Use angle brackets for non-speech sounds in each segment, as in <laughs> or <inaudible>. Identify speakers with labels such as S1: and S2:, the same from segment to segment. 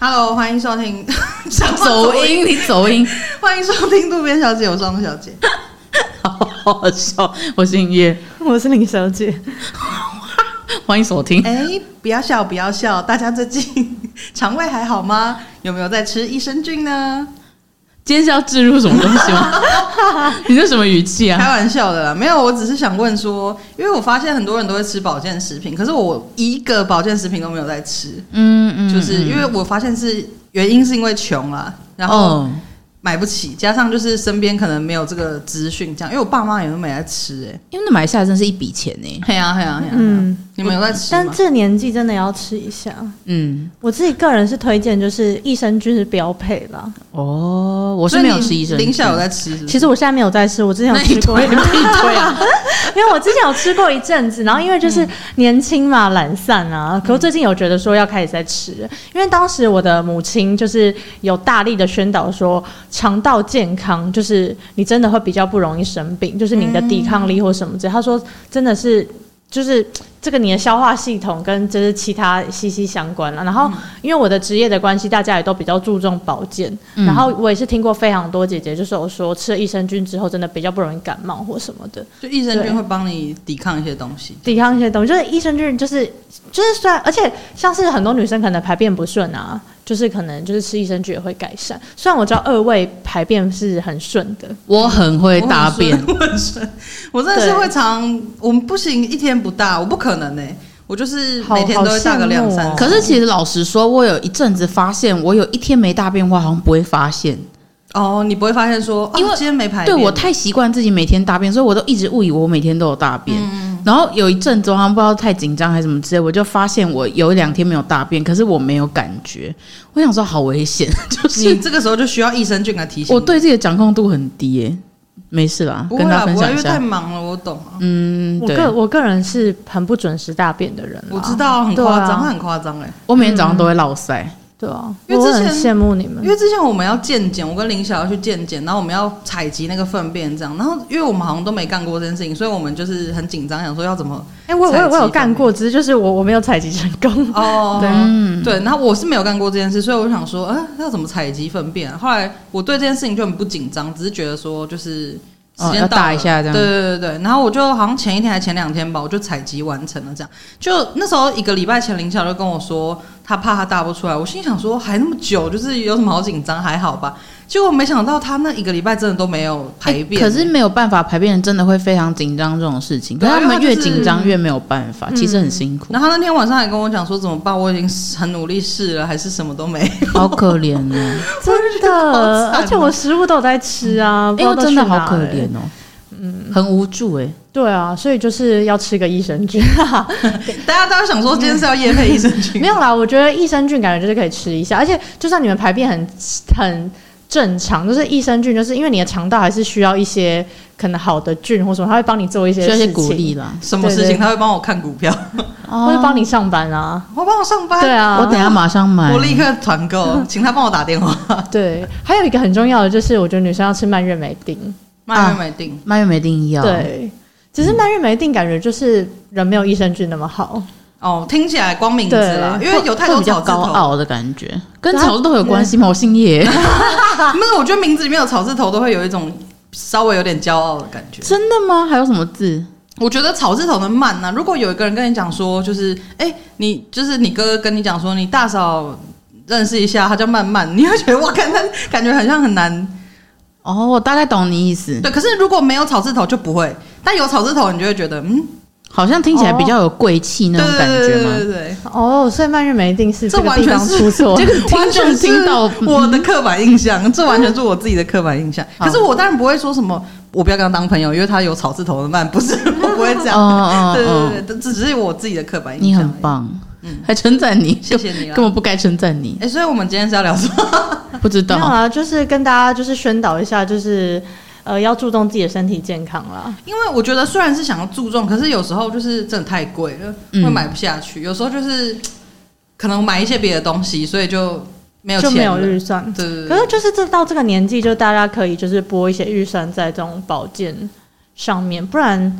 S1: Hello，欢迎收 <laughs> 听
S2: <laughs> 走，音，你走音，
S1: <laughs> 欢迎收听渡边小姐，我是汪小姐。 <laughs>
S2: 好好笑。我是音乐，
S3: 我是林小姐，
S2: <laughs> 欢迎锁听。
S1: 哎、不要笑，不要笑，大家最近肠胃还好吗？有没有在吃益生菌呢？
S2: 今天是要置入什么东西吗？你这什么语气
S1: 开
S2: 啊？
S1: 玩笑的啦，没有，我只是想问说，因为我发现很多人都会吃保健食品，可是我一个保健食品都没有在吃，
S2: 嗯嗯，
S1: 就是因为我发现是原因是因为穷啦，然后
S2: 哦，
S1: 买不起，加上就是身边可能没有这个资讯，这样，因为我爸妈也都没在吃、哎，
S2: 因为那买下来真是一笔钱呢。
S1: 嘿呀嘿呀嘿呀，嗯
S3: 嗯，
S1: 你们有在吃
S3: 但
S1: 吗？
S3: 这年纪真的要吃一下。
S2: 嗯，
S3: 我自己个人是推荐，就是益生菌是标配啦。
S2: 哦，我
S1: 我
S2: 是没有吃医生啊菌。
S1: 林小有在吃是不是
S3: 其实我现在没有在吃，我之前有
S2: 那你
S3: 吃过，
S2: 推
S3: 因
S2: 你推啊！
S3: 为我之前有吃过一阵子，然后因为就是年轻嘛，懒散啊。可我最近有觉得说要开始在吃，因为当时我的母亲就是有大力的宣导说，肠道健康就是你真的会比较不容易生病，就是你的抵抗力或什么之类。她说真的是就是这个你的消化系统跟就是其他息息相关了。然后因为我的职业的关系，大家也都比较注重保健。
S2: 嗯
S3: 然后我也是听过非常多姐姐就是我说吃了益生菌之后，真的比较不容易感冒或什么的，
S1: 就益生
S3: 对
S1: 菌会帮你抵抗一些东西。
S3: 抵抗一些东西。就是益生菌就是就是虽然而且像是很多女生可能排便不顺啊，就是可能就是吃益生菌也会改善。虽然我知道二位排便是很顺的，
S2: 我很会大便，
S1: 我很顺，我真的是会常，我们不行，一天不大，我不可能呢、欸我就是
S3: 好
S1: 每天都会大个两三
S3: 好羡慕哦
S2: 可是其实老实说，我有一阵子发现，我有一天没大便，我好像不会发现。
S1: 哦，你不会发现说，哦、
S2: 因为
S1: 今天没排
S2: 对
S1: 便
S2: 我太习惯自己每天大便，所以我都一直误以为我每天都有大便。
S1: 嗯
S2: 然后有一阵子，我好像不知道太紧张还是什么之类，我就发现我有一两天没有大便，可是我没有感觉。我想说好危险， <laughs> 就
S1: 你
S2: 是
S1: 这个时候就需要益生菌来提醒你。
S2: 我对自己的掌控度很低耶、没事啦，
S1: 不
S2: 跟
S1: 会
S2: 大
S1: 啦，
S2: 家
S1: 不
S2: 分
S1: 会，因
S2: 享一
S1: 为太
S2: 下。
S1: 忙了，我懂啊，
S2: 嗯，
S3: 我
S2: 对，
S3: 个我个人是很不准时大便的人啊啦。
S1: 我知道很
S3: 对
S1: 夸张，
S3: 啊，
S1: 很夸张哎。
S2: 我每天早上都会落塞。
S1: 嗯
S3: 对啊，
S1: 因为
S3: 我
S1: 之
S3: 很
S1: 前
S3: 羡慕你们
S1: 因。为之前我们要健检，我跟林晓要去健检，然后我们要采集那个粪便这样，然后因为我们好像都没干过这件事情，所以我们就是很紧张，想说要怎么
S3: 哎、我我
S1: 采
S3: 有
S1: 集
S3: 我有
S1: 方
S3: 干
S1: 面
S3: 过，只是就是我我没有采集成功。
S1: 哦，
S3: 对
S2: 嗯，
S1: 对，然后我是没有干过这件事，所以我想说，啊，要怎么采集粪便、啊？后来我对这件事情就很不紧张，只是觉得说，就是时
S2: 哦
S1: 间
S2: 要
S1: 到了、
S2: 大一下这样
S1: 对对对对，然后我就好像前一天还前两天吧，我就采集完成了，这样。就那时候一个礼拜前，林晓就跟我说，他怕他大不出来。我心想说，还那么久，就是有什么好紧张？还好吧。结果没想到他那一个礼拜真的都没有排便、
S2: 哎可是没有办法，排便人真的会非常紧张这种事情。可
S1: 对
S2: 是
S1: 啊
S2: 他
S1: 因
S2: 们
S1: 为
S2: 越
S1: 他就是
S2: 紧张越没有办法，其
S1: 嗯
S2: 实很
S1: <laughs>
S2: 辛苦，
S1: 然后他那天晚上还跟我讲说怎么办？我已经很努力试了，还是什么都没 <laughs> 有。
S2: 好可怜哦，
S3: <laughs> 真
S1: 好
S3: 的，
S1: 惨
S3: 而且我食物都有在吃啊，不知
S2: 因
S3: 道
S2: 为
S3: 都
S2: 真的
S3: 去哪
S2: 好可
S3: 了
S2: 怜。
S1: 欸
S2: 哦，嗯，很无助哎、
S3: 对啊，所以就是要吃个益生菌。
S1: 大家都想说今天是要夜配益生菌，
S3: <laughs> 没有啦，我觉得益生菌感觉就是可以吃一下，而且就算你们排便很很正常，就是益生菌，就是因为你的肠道还是需要一些可能好的菌或什么，它会帮你做一些
S2: 需要一
S3: 事
S2: 些
S3: 情，
S2: 鼓励啦。
S1: 什么事
S3: 对
S1: 情
S3: 对
S1: 他会帮我看股
S2: <laughs>
S1: 票，
S3: 或
S2: 哦
S3: 者帮你上班啊。
S1: 我哦帮我上班。
S3: 对啊，
S2: 我等一下马上买。
S1: 我立刻团购，
S2: 嗯
S1: 请他帮我打电
S2: <laughs>
S1: 话，
S3: 对，还有一个很重要的就是，我觉得女生要吃蔓越莓丁。
S1: 慢慢买定。
S2: 蔓越莓定
S1: 哦
S2: 要，，
S3: 对，只是蔓越莓定感觉就是人没有益生菌那么好。
S1: 哦，听起来光名字啦，
S3: 对
S1: 因为有太多
S2: 会比
S1: 草
S2: 较
S1: 字
S2: 高
S1: 头，
S2: 傲的感觉，跟草字头有关系吗？我姓叶，
S1: 没有，我觉得名字里面有草字头都会有一种稍微有点骄傲的感觉。
S2: 真的吗？还有什么字？
S1: 我觉得草字头的慢呢、如果有一个人跟你讲说，就是哎、你就是你哥跟你讲说，你大嫂认识一下，他叫曼曼，你会觉得哇，看他感觉很像很难。
S2: 哦，我大概懂你意思，
S1: 对，可是如果没有草字头就不会，但有草字头你就会觉得嗯，
S2: 好像听起来比较有贵气那
S1: 对
S2: 种
S1: 对
S2: 感
S1: 对
S2: 觉
S1: 对对
S2: 吗？
S1: 对对。
S3: 哦，所以蔓越莓定是
S1: 这
S3: 这个
S1: 完
S3: 地
S1: 全
S3: 方
S1: 是
S3: 出错。 <laughs>
S1: 这个
S2: 观众听到
S1: 完全是我的刻板印象，这完全是我自己的刻板印象。
S2: 好
S1: 可是我当然不会说什么，我不要跟他当朋友，因为他有草字头的慢，不是，我不会这样。
S2: 哦哦
S1: 对
S2: 哦
S1: 对对，这只是我自己的刻板印
S2: 你
S1: 象。
S2: 很，棒，还称赞你，
S1: 谢谢你
S2: 根
S1: 啦。
S2: 本不该称赞你
S1: 哎、，所以我们今天是要聊什么？ <laughs>
S2: 不知
S3: 没有
S2: 道。
S3: 啊，就是跟大家就是宣导一下，就是呃要注重自己的身体健康啦。
S1: 因为我觉得虽然是想要注重，可是有时候就是真的太贵了，
S2: 嗯
S1: 会买不下去。有时候就是可能买一些别的东西，所以就没有
S3: 就
S1: 钱
S3: 没有
S1: 了
S3: 预算。
S1: 对对
S3: 可
S1: 对，
S3: 是就是这到这个年纪，就大家可以就是拨一些预算在这种保健上面，不然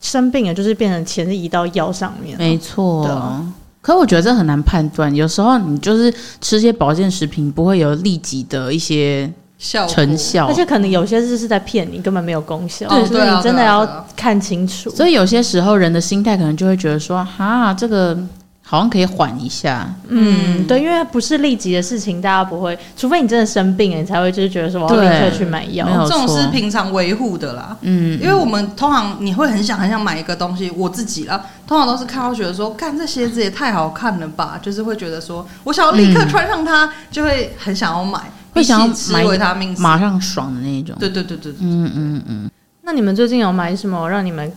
S3: 生病了就是变成钱是移到药上面啊。
S2: 没错
S3: 对啊，
S2: 可我觉得这很难判断，有时候你就是吃一些保健食品，不会有立即的一些
S1: 效果
S2: 成效，
S3: 而且可能有些是是在骗你，根本没有功效，
S1: 对
S3: 就是
S1: 对啊
S3: 你真的
S1: 对啊对
S3: 要
S1: 啊
S3: 看清楚。嗯
S2: 所以有些时候人的心态可能就会觉得说，哈，这个好像可以缓一下，
S3: 嗯，对，因为不是立即的事情，大家不会，除非你真的生病了，你才会就是觉得说我要立
S2: 对
S3: 刻去买药
S2: 没。有
S1: 这种
S2: 哦错
S1: 是平常维护的啦。
S2: 嗯，
S1: 因为我们通常你会很想很想买一个东西，我自己啦，通常都是看到觉得说，干这鞋子也太好看了吧，就是会觉得说我想要立刻穿上它，就会很想要买，
S2: 会想要
S1: 比起吃
S2: 买
S1: 维他命 C。
S2: 马上爽的那一种，
S1: 对对对对对，
S2: 嗯嗯嗯，
S3: 那你们最近有买什么让你们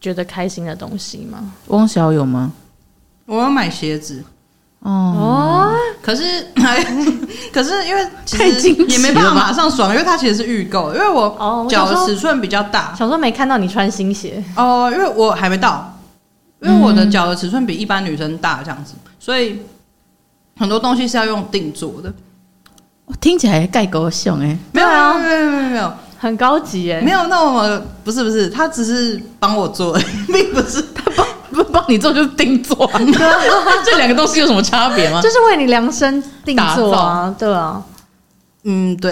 S3: 觉得开心的东西吗？
S2: 翁小有吗？
S1: 我要买鞋子，
S2: 哦，
S3: 哦，
S1: 可是 <laughs> 可是因为其
S2: 太惊
S1: 实
S2: 奇了
S1: 也没办法
S2: 吧
S1: 马上爽，因为它其实是预购，因为我
S3: 哦，我想
S1: 脚的
S3: 说，
S1: 尺寸比较大
S3: 想说没看到你穿新鞋，
S1: 哦，因为我还没到，因为我的脚的尺寸比一般女生大这样子，所以很多东西是要用定做的。
S2: 我听起来盖狗熊哎，
S1: 没有
S3: 对啊
S1: 没有没有没有没有
S3: 很高级耶
S1: 没。有，那我不是不是，他只是帮我做而已，并不是他帮。
S2: 不帮你做就是定做啊， <laughs> 这两个东西有什么差别吗？
S3: 就是为你量身定做啊，对啊，
S1: 嗯，对，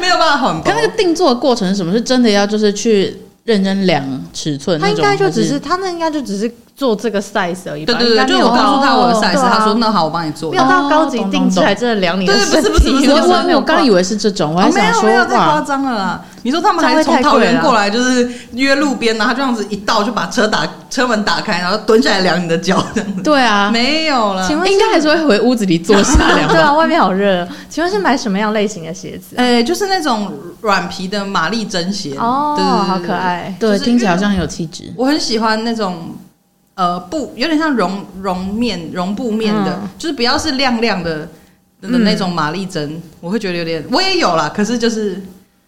S1: 没有办法很
S2: 跟那个定做的过程是什么？是真的要就是去认真量尺寸那
S3: 他
S2: 种？
S3: 应该就
S2: 还
S3: 只是他那应该就只是做这个 size 而已
S1: 对
S3: 吧，
S1: 对对，
S3: 应该
S1: 就是
S3: 没有
S1: 我告
S3: 到
S1: 诉他我的 size，、
S3: 对啊
S1: 他说那好，我帮你做。
S3: 没有到高级
S2: 哦懂
S3: 定制，
S2: 懂
S3: 还真的量你的
S1: 对
S3: 身
S1: 不
S3: 体，
S1: 是不是不是
S2: 我
S1: <laughs> 我
S2: 我我刚以为是这种，我还
S1: 哦没
S2: 想
S1: 有
S2: 说
S1: 没有，太夸
S2: 哇，
S1: 张了啦！你说他们还
S3: 这样
S1: 从
S3: 会太
S1: 桃
S3: 贵
S1: 园
S3: 了
S1: 过来，就是约路边，然后他这样子一到就把车打车门打开，然后蹲下来量你的脚，这样子、
S2: 对啊，
S1: 没有啦。
S3: 请问
S2: 应该还是会回屋子里坐下
S1: <laughs>
S2: 量
S3: <laughs> 对
S2: 吧。
S3: 啊，外面好热。请问是买什么样类型的鞋子？
S1: 呃，就是那种软皮的玛丽针鞋
S3: 哦
S1: 对对，对
S3: 好可爱。
S2: 对，
S1: 就是
S2: 听起来好像很有气质。
S1: 我很喜欢那种呃布，有点像绒绒面、绒布面的，
S3: 嗯
S1: 就是不要是亮亮的的的那种玛丽针，我会觉得有点，我也有啦，可是就是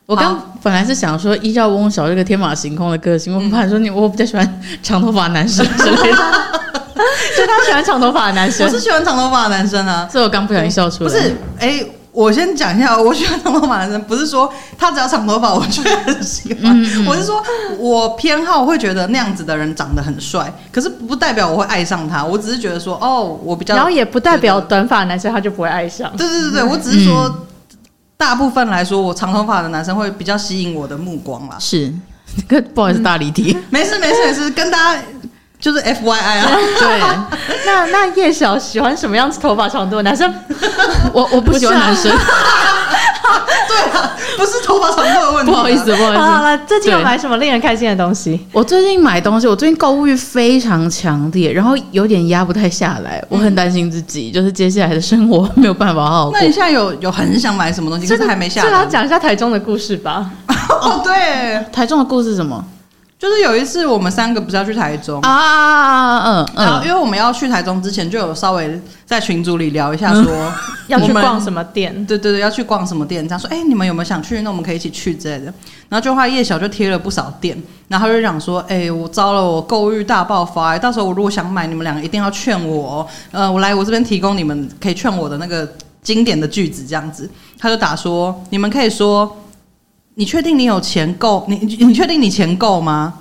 S2: 我刚本来是想说，依照翁小这个天马行空的个性，
S1: 嗯
S2: 我怕说你我比较喜欢长头发男生之
S1: <laughs>
S2: 类的，
S3: 就他喜欢长头发的男
S1: 我
S3: 生
S1: 是喜欢长头发的男生啊，
S2: 所以我刚不小心笑
S1: 不
S2: 出来。
S1: 是，
S3: 啊
S1: 哎、我先讲一下， <laughs> 我喜欢长头发的男生，不是说他只要长头发 <laughs> 我就很喜欢，
S3: 嗯
S1: 我是说我偏好会觉得那样子的人长得很帅，可是不代表我会爱上他，我只是觉得说哦，我比较
S3: 然后也不代表嗯短发的男生他就不会爱上。
S1: 对对对对，我只是说，大部分来说，我长头发的男生会比较吸引我的目光啦。
S2: 是， <laughs> 这个不
S1: 嗯
S2: 好意思，大
S1: <laughs>
S2: 离题。
S1: 没事没事没事，跟大家就是 F Y I
S3: <laughs>
S1: 啊，
S2: 对，
S3: 那那叶晓喜欢什么样子头发长度的
S1: <laughs>
S3: 男生？
S2: 我我不喜欢男生，
S1: 啊对啊，不是头发长度的问题，
S2: <laughs>
S1: 啊
S2: 不好意思，。不好
S3: 好
S2: 意思。
S3: 了好了，最近有
S2: 对
S3: 买什么令人开心的东西？
S2: 我最近买东西，我最近购物欲非常强烈，然后有点压不太下来，我
S1: 嗯
S2: 很担心自己，就是接下来的生活 <laughs> 没有办法好好过
S1: 那。你现在有有很想买什么东西，可
S3: 这
S1: 是还没下
S3: 这个要
S1: 来？
S3: 讲一下台中的故事吧。
S1: 哦，对，
S2: 台中的故事是什么
S1: 就是有一次我们三个不是要去台中，
S2: 啊？嗯
S1: 嗯然后因
S2: 嗯，
S1: 为我们要去台中之前，就有稍微在群组里聊一下说。
S3: 嗯要去
S1: 我们
S3: 逛什么店？
S1: 对对对，要去逛什么店？这样说，哎、你们有没有想去？那我们可以一起去之类的。然后就后来叶晓就贴了不少店，然后他就讲说，哎、我糟了，我购物欲大爆发、哎到时候我如果想买，你们两个一定要劝我、哦。呃，我来我这边提供你们可以劝我的那个经典的句子，这样子。他就打说，你们可以说，你确定你有钱够？你你你确定你钱够吗？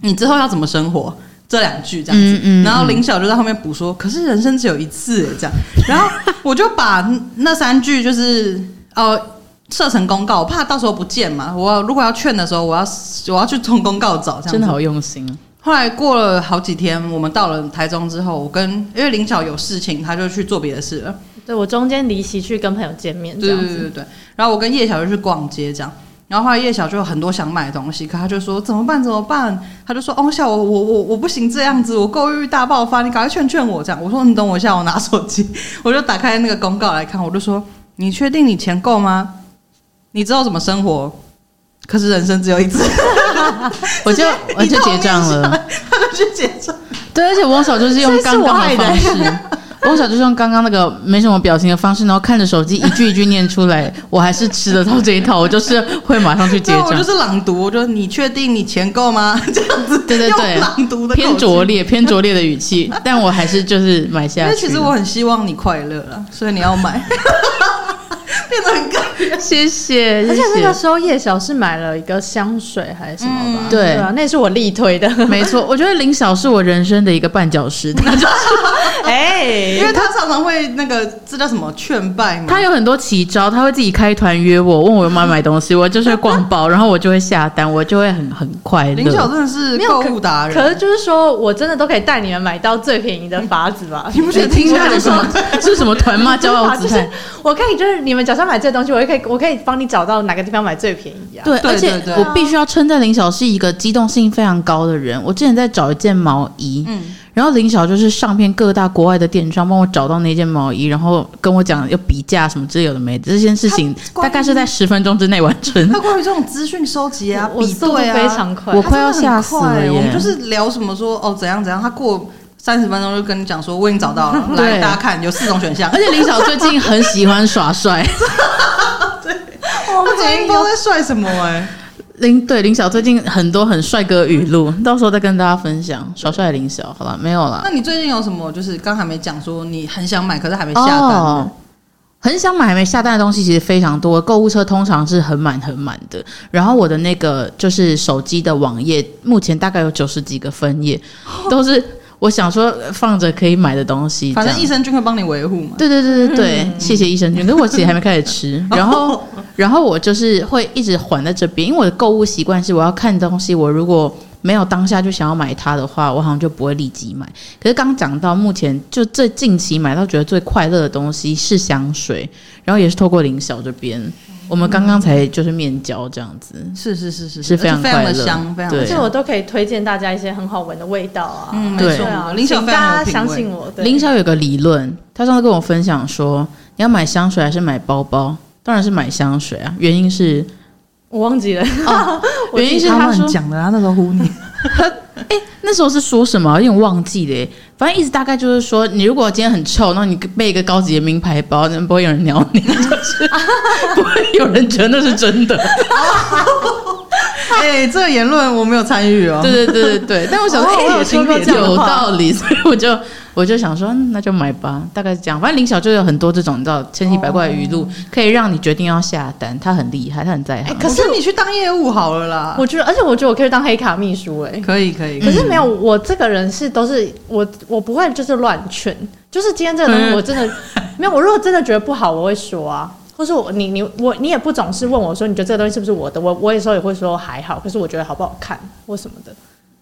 S1: 你之后要怎么生活？这两句这样子，
S2: 嗯嗯
S1: 然后林晓就在后面补说：“可是人生只有一次。”欸这样，然后我就把那三句就是呃设成公告，我怕到时候不见嘛。我如果要劝的时候，我要我要去从公告找这样子。
S2: 真的好
S1: <laughs>
S2: 用心啊。
S1: 后来过了好几天，我们到了台中之后，我跟因为林晓有事情，他就去做别的事了。
S3: 对我中间离席去跟朋友见面，这
S1: 对
S3: 样
S1: 对对
S3: 子。
S1: 对对。然后我跟叶小就去逛街这样，然后后来叶小就有很多想买的东西，可他就说怎么办怎么办？他就说哦小我我我我不行这样子，我购物欲大爆发，你赶快劝劝我这样。我说你等我一下，我拿手机， <laughs> 我就打开那个公告来看，我就说你确定你钱够吗？你知道怎么生活？可是人生只有一次，<laughs>
S2: 我 <laughs> 就呃
S1: 直接
S2: 我就结
S1: 啊
S2: 账了。
S1: 他就去结账。
S2: 对，而且汪小就是用刚刚的方式， <laughs> 汪小就是用刚刚那个没什么表情的方式，然后看着手机一句一句念出来，我还是吃得到这一套，我就是会马上去结
S1: 对，我
S2: 账
S1: 就。是朗读，我就你确定你钱够吗？ <laughs> 这样子，
S2: 对对对
S1: 用朗读的口
S2: 偏
S1: 气
S2: 拙劣，偏拙劣的语气，但我还是就是买下
S1: 因
S2: 去
S1: 为其
S2: 了。
S1: 实我很希望你快乐了，所以你要买。 <laughs> 变得很干。
S2: 谢谢，谢
S3: 而且那个
S2: 谢。
S3: 时候叶小是买了一个香水还是什么吧？
S1: 嗯
S2: 对
S3: 啊，那也是我力推的。
S2: 没错，我觉得林晓是我人生的一个绊脚石，他就
S3: <laughs> 哎
S1: 因为他常常会那个这叫什么劝败嘛，
S2: 他有很多奇招，他会自己开团约我，问我有没有买东西，我就是会逛包，然后我就会下单，我就会很很快乐。
S1: 林 <laughs> 晓真的是
S3: 没有
S1: 购
S3: 可
S1: 物达人，哎
S3: 可是就是说我真的都可以带你们买到最便宜的法子吧？
S1: <laughs> 你不觉得听起
S2: 我
S1: 来
S2: 这
S1: 很
S2: 是什
S3: <laughs>
S2: 么？是什么团吗？骄傲
S1: <laughs>
S2: 姿
S3: 就
S2: 态
S3: 是。我可以，就是你们假设买这东西，我也可以，我可以帮你找到哪个地方买最便宜啊。
S2: 对，
S1: 对
S2: 而且
S1: 对对
S2: 我必须要称赞林晓是一个机动性非常高的人。我之前在找一件毛衣，
S1: 嗯，
S2: 然后林晓就是上遍各大国外的电商帮我找到那件毛衣，然后跟我讲要比价什么之类的没的，这件事情
S1: 他
S2: 大概是在十分钟之内完成。
S1: 他关于这种资讯收集啊、
S3: 我
S1: 比
S3: 速度
S1: 对啊，
S3: 非常快
S2: 我，
S1: 他真的
S2: 快要吓死
S1: 很快哦
S2: 了耶
S1: 我们就是聊什么说哦怎样怎样，他过三十分钟就跟你讲说我已经找到
S2: <laughs>
S1: 了，
S2: 对
S1: 来大家看有四种选
S2: <laughs>
S1: 项，
S2: 而且林晓最近很喜欢耍帅，
S1: 哎
S3: 我
S1: 他
S3: 们
S1: 最近
S3: 没
S1: 都
S3: 有。
S1: 在帅什么哎、
S2: 林对林晓最近很多很帅哥语录，到时候再跟大家分享耍帅的林晓。好了，没有了
S1: 那。你最近有什么就是刚还没讲说你很想买，可是还没下单的？
S2: 哦，很想买还没下单的东西其实非常多，购物车通常是很满很满的。然后我的那个就是手机的网页，目前大概有九十几个
S1: <laughs>
S2: 分页，都是我想说呃放着可以买的东西。
S1: 反正嗯
S2: 这
S1: 益
S2: 样
S1: 生菌会帮你维护嘛。
S2: 对对对对对，谢谢益生菌。可是我其实还没开
S1: <laughs>
S2: 始吃，然后然后我就是会一直缓在这边，因为我的购物习惯是我要看东西，我如果没有当下就想要买它的话，我好像就不会立即买。可是刚讲到目前，就最近期买到觉得最快乐的东西是香水，然后也是透过林晓这边，我们刚刚才就是面交这样子。
S1: 是是嗯是是
S2: 是
S1: 而且
S2: 非
S1: 非常
S2: 常快
S1: 的
S2: 乐
S1: 香，非常
S2: 对
S1: 的
S3: 而且
S1: 香。
S3: 我都可以推荐大家一些很好闻的味道啊。
S1: 啊嗯，没
S2: 对
S1: 错
S3: 对啊，，
S1: 林晓
S3: 请
S1: 非
S3: 大
S1: 常有
S3: 家
S1: 品
S3: 相
S1: 味
S3: 信我。对
S2: 林晓有个理论，他上次跟我分享说，你要买香水还是买包包？当然是买香水啊，原因是
S3: 我忘记了，我
S2: 原因是
S1: 他
S2: 他
S1: 乱
S2: 说
S1: 讲的，他那时候唬你。
S2: 那时候是说什么？有点忘记了耶。反正意思大概就是说，你如果今天很臭，那你背一个高级的名牌包，那不会有人鸟你，就是 <laughs> 不会有人觉得那是真的。
S1: 哎，这个言论我没有参与哦。
S2: 对对对对对。但我想说，
S3: 哦
S2: 哎、
S3: 我有
S2: 有
S3: 听过这样的
S2: 有
S3: 话
S2: 道理，所以我就我就想说，嗯那就买吧，大概是这样。反正林晓就有很多这种你知道千奇百怪的语录，可以让你决定要下单。他很厉害，他很在行。
S1: 可是你去当业务好了啦。
S3: 我觉得，而且我觉得我可以当黑卡秘书哎、
S1: 可以可以，
S3: 可是没有，
S2: 嗯
S3: 我这个人是都是我，我不会就是乱劝，就是今天这个东西
S2: 嗯
S3: 我真的、 <laughs> 没有，我如果真的觉得不好，我会说啊，或是我你你我你也不总是问我说你觉得这个东西是不是我的，我我有时候也会说还好，可是我觉得好不好看或什么的，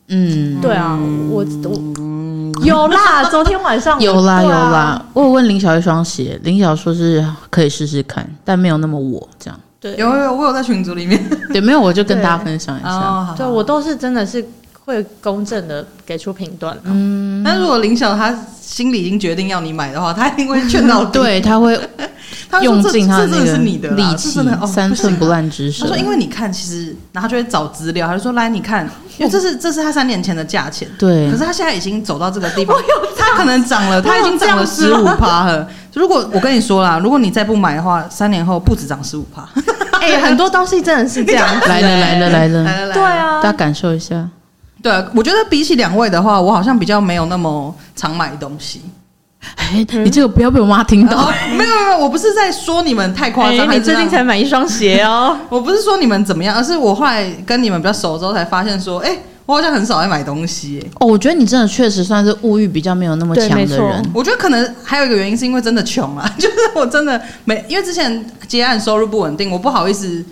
S2: 嗯。
S3: 对啊，我我
S2: <laughs>
S3: 有啦，昨天晚上我
S2: 有啦有
S3: 对啊
S2: 啦，我有问林晓一双鞋，林晓说是可以试试看，但没有那么我这样。
S3: 对
S1: 有有有，我有在群组里面。 <laughs>
S2: 对，没有我就跟
S3: 对
S2: 大家分享一下。
S1: 哦，好
S3: 对我都是真的是会公正的给出评断啦，嗯，
S1: 那如果林晓他心里已经决定要你买的话，他一定会劝到底。
S2: 哦对，他会
S1: 他会说
S2: 用
S1: 这
S2: 尽他
S1: 这
S2: 的那
S1: 真的
S2: 个
S1: 是你的啦
S2: 力
S1: 这
S2: 气
S1: 真的，哦
S2: 三
S1: 不行
S2: 寸不烂之舌。
S1: 他说：“因为你看，其实，然后他就会找资料，他就说：‘来，你看，因为这是这是他三年前的价钱，
S2: 对
S1: 可是他现在已经走到这个地
S3: <laughs>
S1: 方，他可能涨了，他已经涨了
S3: 这
S1: 十
S3: 样
S1: 五趴了。如果我跟你说啦，如果你再不买的话，三年后不止涨十五趴。
S3: 哎、很多东西真的
S2: <laughs>
S3: 是这样子、
S2: 来了来了来了，
S1: 来来，
S3: 对啊，
S2: 大家感受一下。
S1: 对啊，我觉得比起两位的话，我好像比较没有那么常买东
S3: <laughs>
S1: 西。
S2: 哎，你这个不要被我妈听
S1: 然后
S2: 到。
S1: 没有没有没有，我不是在说你们太夸张，还
S3: 哎你
S1: 是
S3: 最
S1: 让
S3: 近才买一双鞋哦。
S1: 我不是说你们怎么样，而是我后来跟你们比较熟之后才发现说，哎、我好像很少在买东西、哎
S2: 哦，我觉得你真的确实算是物欲比较没有那么
S3: 对
S2: 强
S3: 没
S2: 的
S3: 错
S2: 人。
S1: 我觉得可能还有一个原因是因为真的穷啊， <laughs> 就是我真的没，因为之前接案收入不稳定，我不好意思，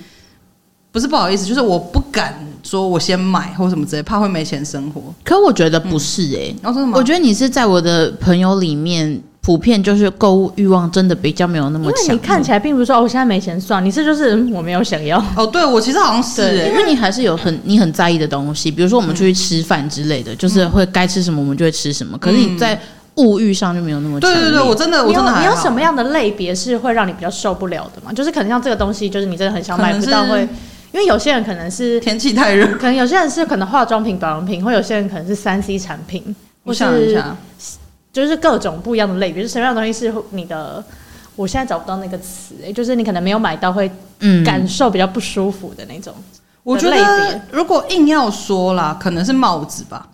S1: 不是不好意思，就是我不敢说我先买或什么之类，怕会没钱生活。
S2: 可我觉得不是哎，
S1: 然后说什么？
S2: 我觉得你是在我的朋友里面，普遍就是购物欲望真的比较没有那
S3: 因
S2: 么
S3: 为
S2: 强。
S3: 你看起来并不是说哦，我现在没钱算，你这就是嗯我没有想要。
S1: 哦，对我其实好像是、嗯
S2: 对，
S1: 哎
S2: 因为你还是有很你很在意的东西，比如说我们出去吃饭之类的，就是
S1: 嗯
S2: 会该吃什么我们就会吃什么。可是你在物欲上就没有那么强
S1: 对
S2: 烈。
S1: 嗯对对，我真 <laughs> 的我
S3: 你有
S1: 真的还
S3: 你有
S1: 好
S3: 什么样的类别是会让你比较受不了的吗？就是可能像这个东西，就是你真的很想
S1: 可
S3: 买
S1: 能
S3: 不
S1: 是
S3: 到会，因为有些人可能是，
S1: 天气太热，
S3: 可能有些人是可能化妆品、保养品，或有些人可能是三 C 产品，
S1: 我
S3: 或
S1: 想一
S3: 是
S1: 下，
S3: 就是各种不一样的类别，就是什么样的东西是你的。我现在找不到那个词、哎就是你可能没有买到，会
S2: 嗯
S3: 感受比较不舒服的那种。
S1: 我觉
S3: 类
S1: 得
S3: 别
S1: 如果硬要说啦，可能是帽子吧。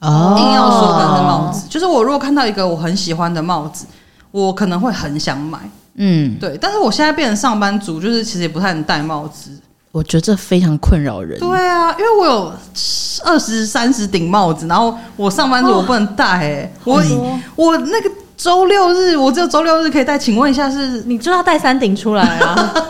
S2: 哦
S1: 硬要说可能是帽子，就是我如果看到一个我很喜欢的帽子，我可能会很想买。
S2: 嗯，
S1: 对，但是我现在变成上班族，就是其实也不太能戴帽子。
S2: 我觉得这非常困扰人。
S1: 对啊，因为我有二十三十顶帽子，然后我上班族我不能戴、欸，我
S3: 多
S1: 我那个周六日，我只有周六日可以戴。请问一下是？
S3: 你就要带三顶出来
S1: <laughs>
S3: 啊！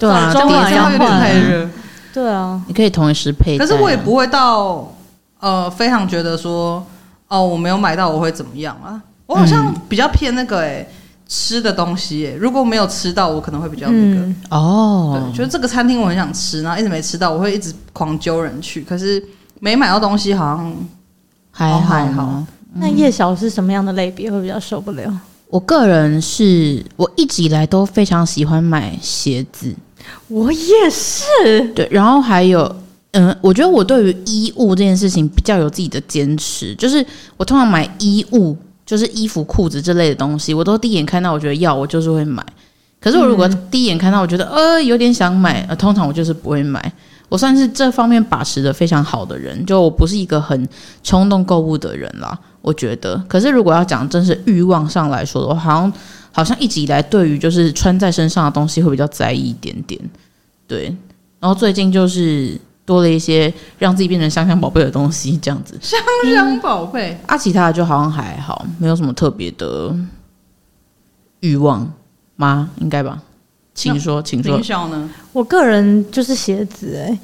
S2: 对啊，
S3: 早中晚
S2: 叠
S1: 好像
S2: 加
S1: 有点
S2: 换
S1: 太热，
S3: 对啊，
S2: 你可以同时配戴啊、
S1: 可是我也不会到呃非常觉得说哦我没有买到我会怎么样啊？我好像比较偏那个哎、欸吃的东西、欸，如果没有吃到，我可能会比较那个。
S3: 嗯，
S2: 哦
S1: 对，，就是这个餐厅我很想吃，然后一直没吃到，我会一直狂揪人去。可是没买到东西，好像
S2: 还
S1: 哦还
S2: 好
S1: 好
S2: 吗
S3: 那
S1: 嗯
S3: 夜宵是什么样的类别会比较受不了？
S2: 我个人是我一直以来都非常喜欢买鞋子，
S3: 我也是，
S2: 对，然后还有，嗯，我觉得我对于衣物这件事情比较有自己的坚持，就是我通常买衣物，就是衣服、裤子这类的东西，我都第一眼看到我觉得要，我就是会买。可是我如果第一眼看到我觉得、呃有点想买，呃，通常我就是不会买。我算是这方面把持的非常好的人，就我不是一个很冲动购物的人啦，我觉得。可是如果要讲真是欲望上来说的话，好像好像一直以来对于就是穿在身上的东西会比较在意一点点，对。然后最近就是多了一些让自己变成香香宝贝的东西，这样子。
S1: 香香宝贝。
S2: 啊，其他的就好像还好，没有什么特别的欲望吗？应该吧。请说，
S3: 嗯
S2: 请说
S1: 林。晓呢？
S3: 我个人就是鞋子、哎。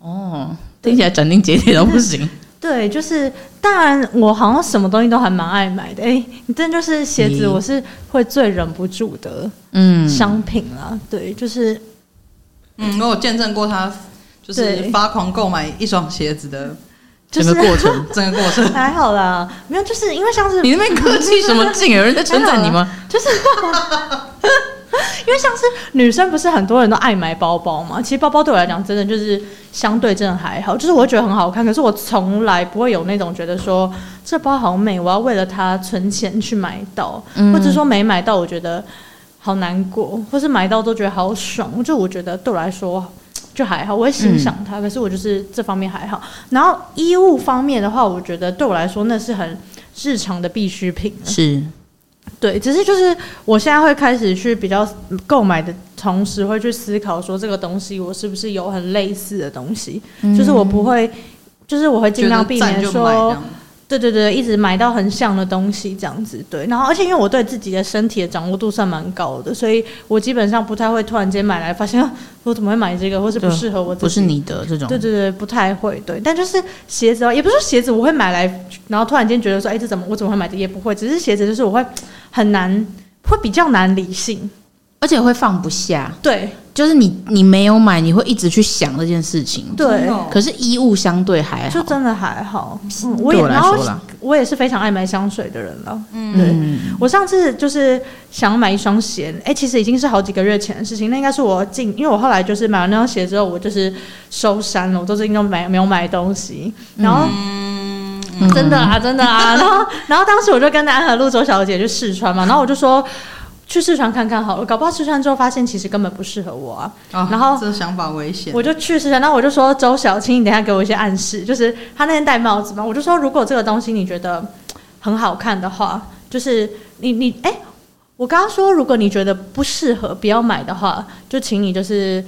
S2: 哦，听起来斩钉截铁到不
S3: <laughs>
S2: 行。
S3: 对，就是当然，我好像什么东西都还蛮爱买的。哎、你真的就是鞋子，
S2: 咦
S3: 我是会最忍不住的
S2: 嗯，
S3: 商品啦。对，就是
S1: 嗯，我有见证过他就是
S3: 对
S1: 发狂购买一双鞋子的
S3: 就
S2: 整
S3: 是
S2: 个过
S3: <laughs>
S2: 程。
S1: 整个过程。
S3: 还好啦，没有，就是因为像是
S2: 你那边客气什么劲？有人在称赞你吗？
S3: 就是因为像是女生，不是很多人都爱买包包嘛？其实包包对我来讲，真的就是相对真的还好，就是我会觉得很好看，可是我从来不会有那种觉得说这包好美，我要为了它存钱去买到，
S2: 嗯
S3: 或者说没买到，我觉得好难过，或是买到都觉得好爽。就我觉得对我来说。就还好，我会欣赏
S1: 嗯
S3: 它，可是我就是这方面还好。然后衣物方面的话，我觉得对我来说那是很日常的必需品了。
S2: 是，
S3: 对，只是就是我现在会开始去比较购买的同时，会去思考说这个东西我是不是有很类似的东西，就是我不会，就是我会尽量避
S1: 嗯觉
S3: 免
S1: 得赞就买这
S3: 说
S1: 样，
S3: 对对对，一直买到很像的东西这样子。对，然后而且因为我对自己的身体的掌握度算蛮高的，所以我基本上不太会突然间买来发现啊我怎么会买这个，或是不
S2: 对
S3: 适合我自己，
S2: 不是你的这种
S3: 对。对对，不太会对，但就是鞋子哦，也不是说鞋子我会买来，然后突然间觉得说，哎，这怎么我怎么会买的？也不会，只是鞋子就是我会很难，会比较难理性。
S2: 而且会放不下，
S3: 对
S2: 就是你你没有买，你会一直去想这件事情。
S3: 对
S1: 真，的哦
S2: 可是衣物相对还好，
S3: 就真的还好。嗯、我
S2: 对
S3: 也
S2: 我来
S3: 然后
S2: 说啦，
S3: 我也是非常爱买香水的人了。
S2: 嗯，
S3: 我上次就是想买一双鞋，哎、其实已经是好几个月前的事情。那应该是我进，因为我后来就是买完那双鞋之后，我就是收山了，我都最近都没没有买东西。然后
S2: 嗯
S3: 真的啊，真的啊。
S1: <laughs>
S3: 然后，然后当时我就跟南和路周小姐去试穿嘛，然后我就说去试穿看看好了，搞不好试穿之后发现其实根本不适合我啊。
S1: 啊
S3: 然后
S1: 这个想法危险。
S3: 我就去试穿，然后我就说周小青，你等一下给我一些暗示，就是她那天戴帽子嘛，我就说如果这个东西你觉得很好看的话，就是你你哎、我刚刚说如果你觉得不适合不要买的话，就请你就是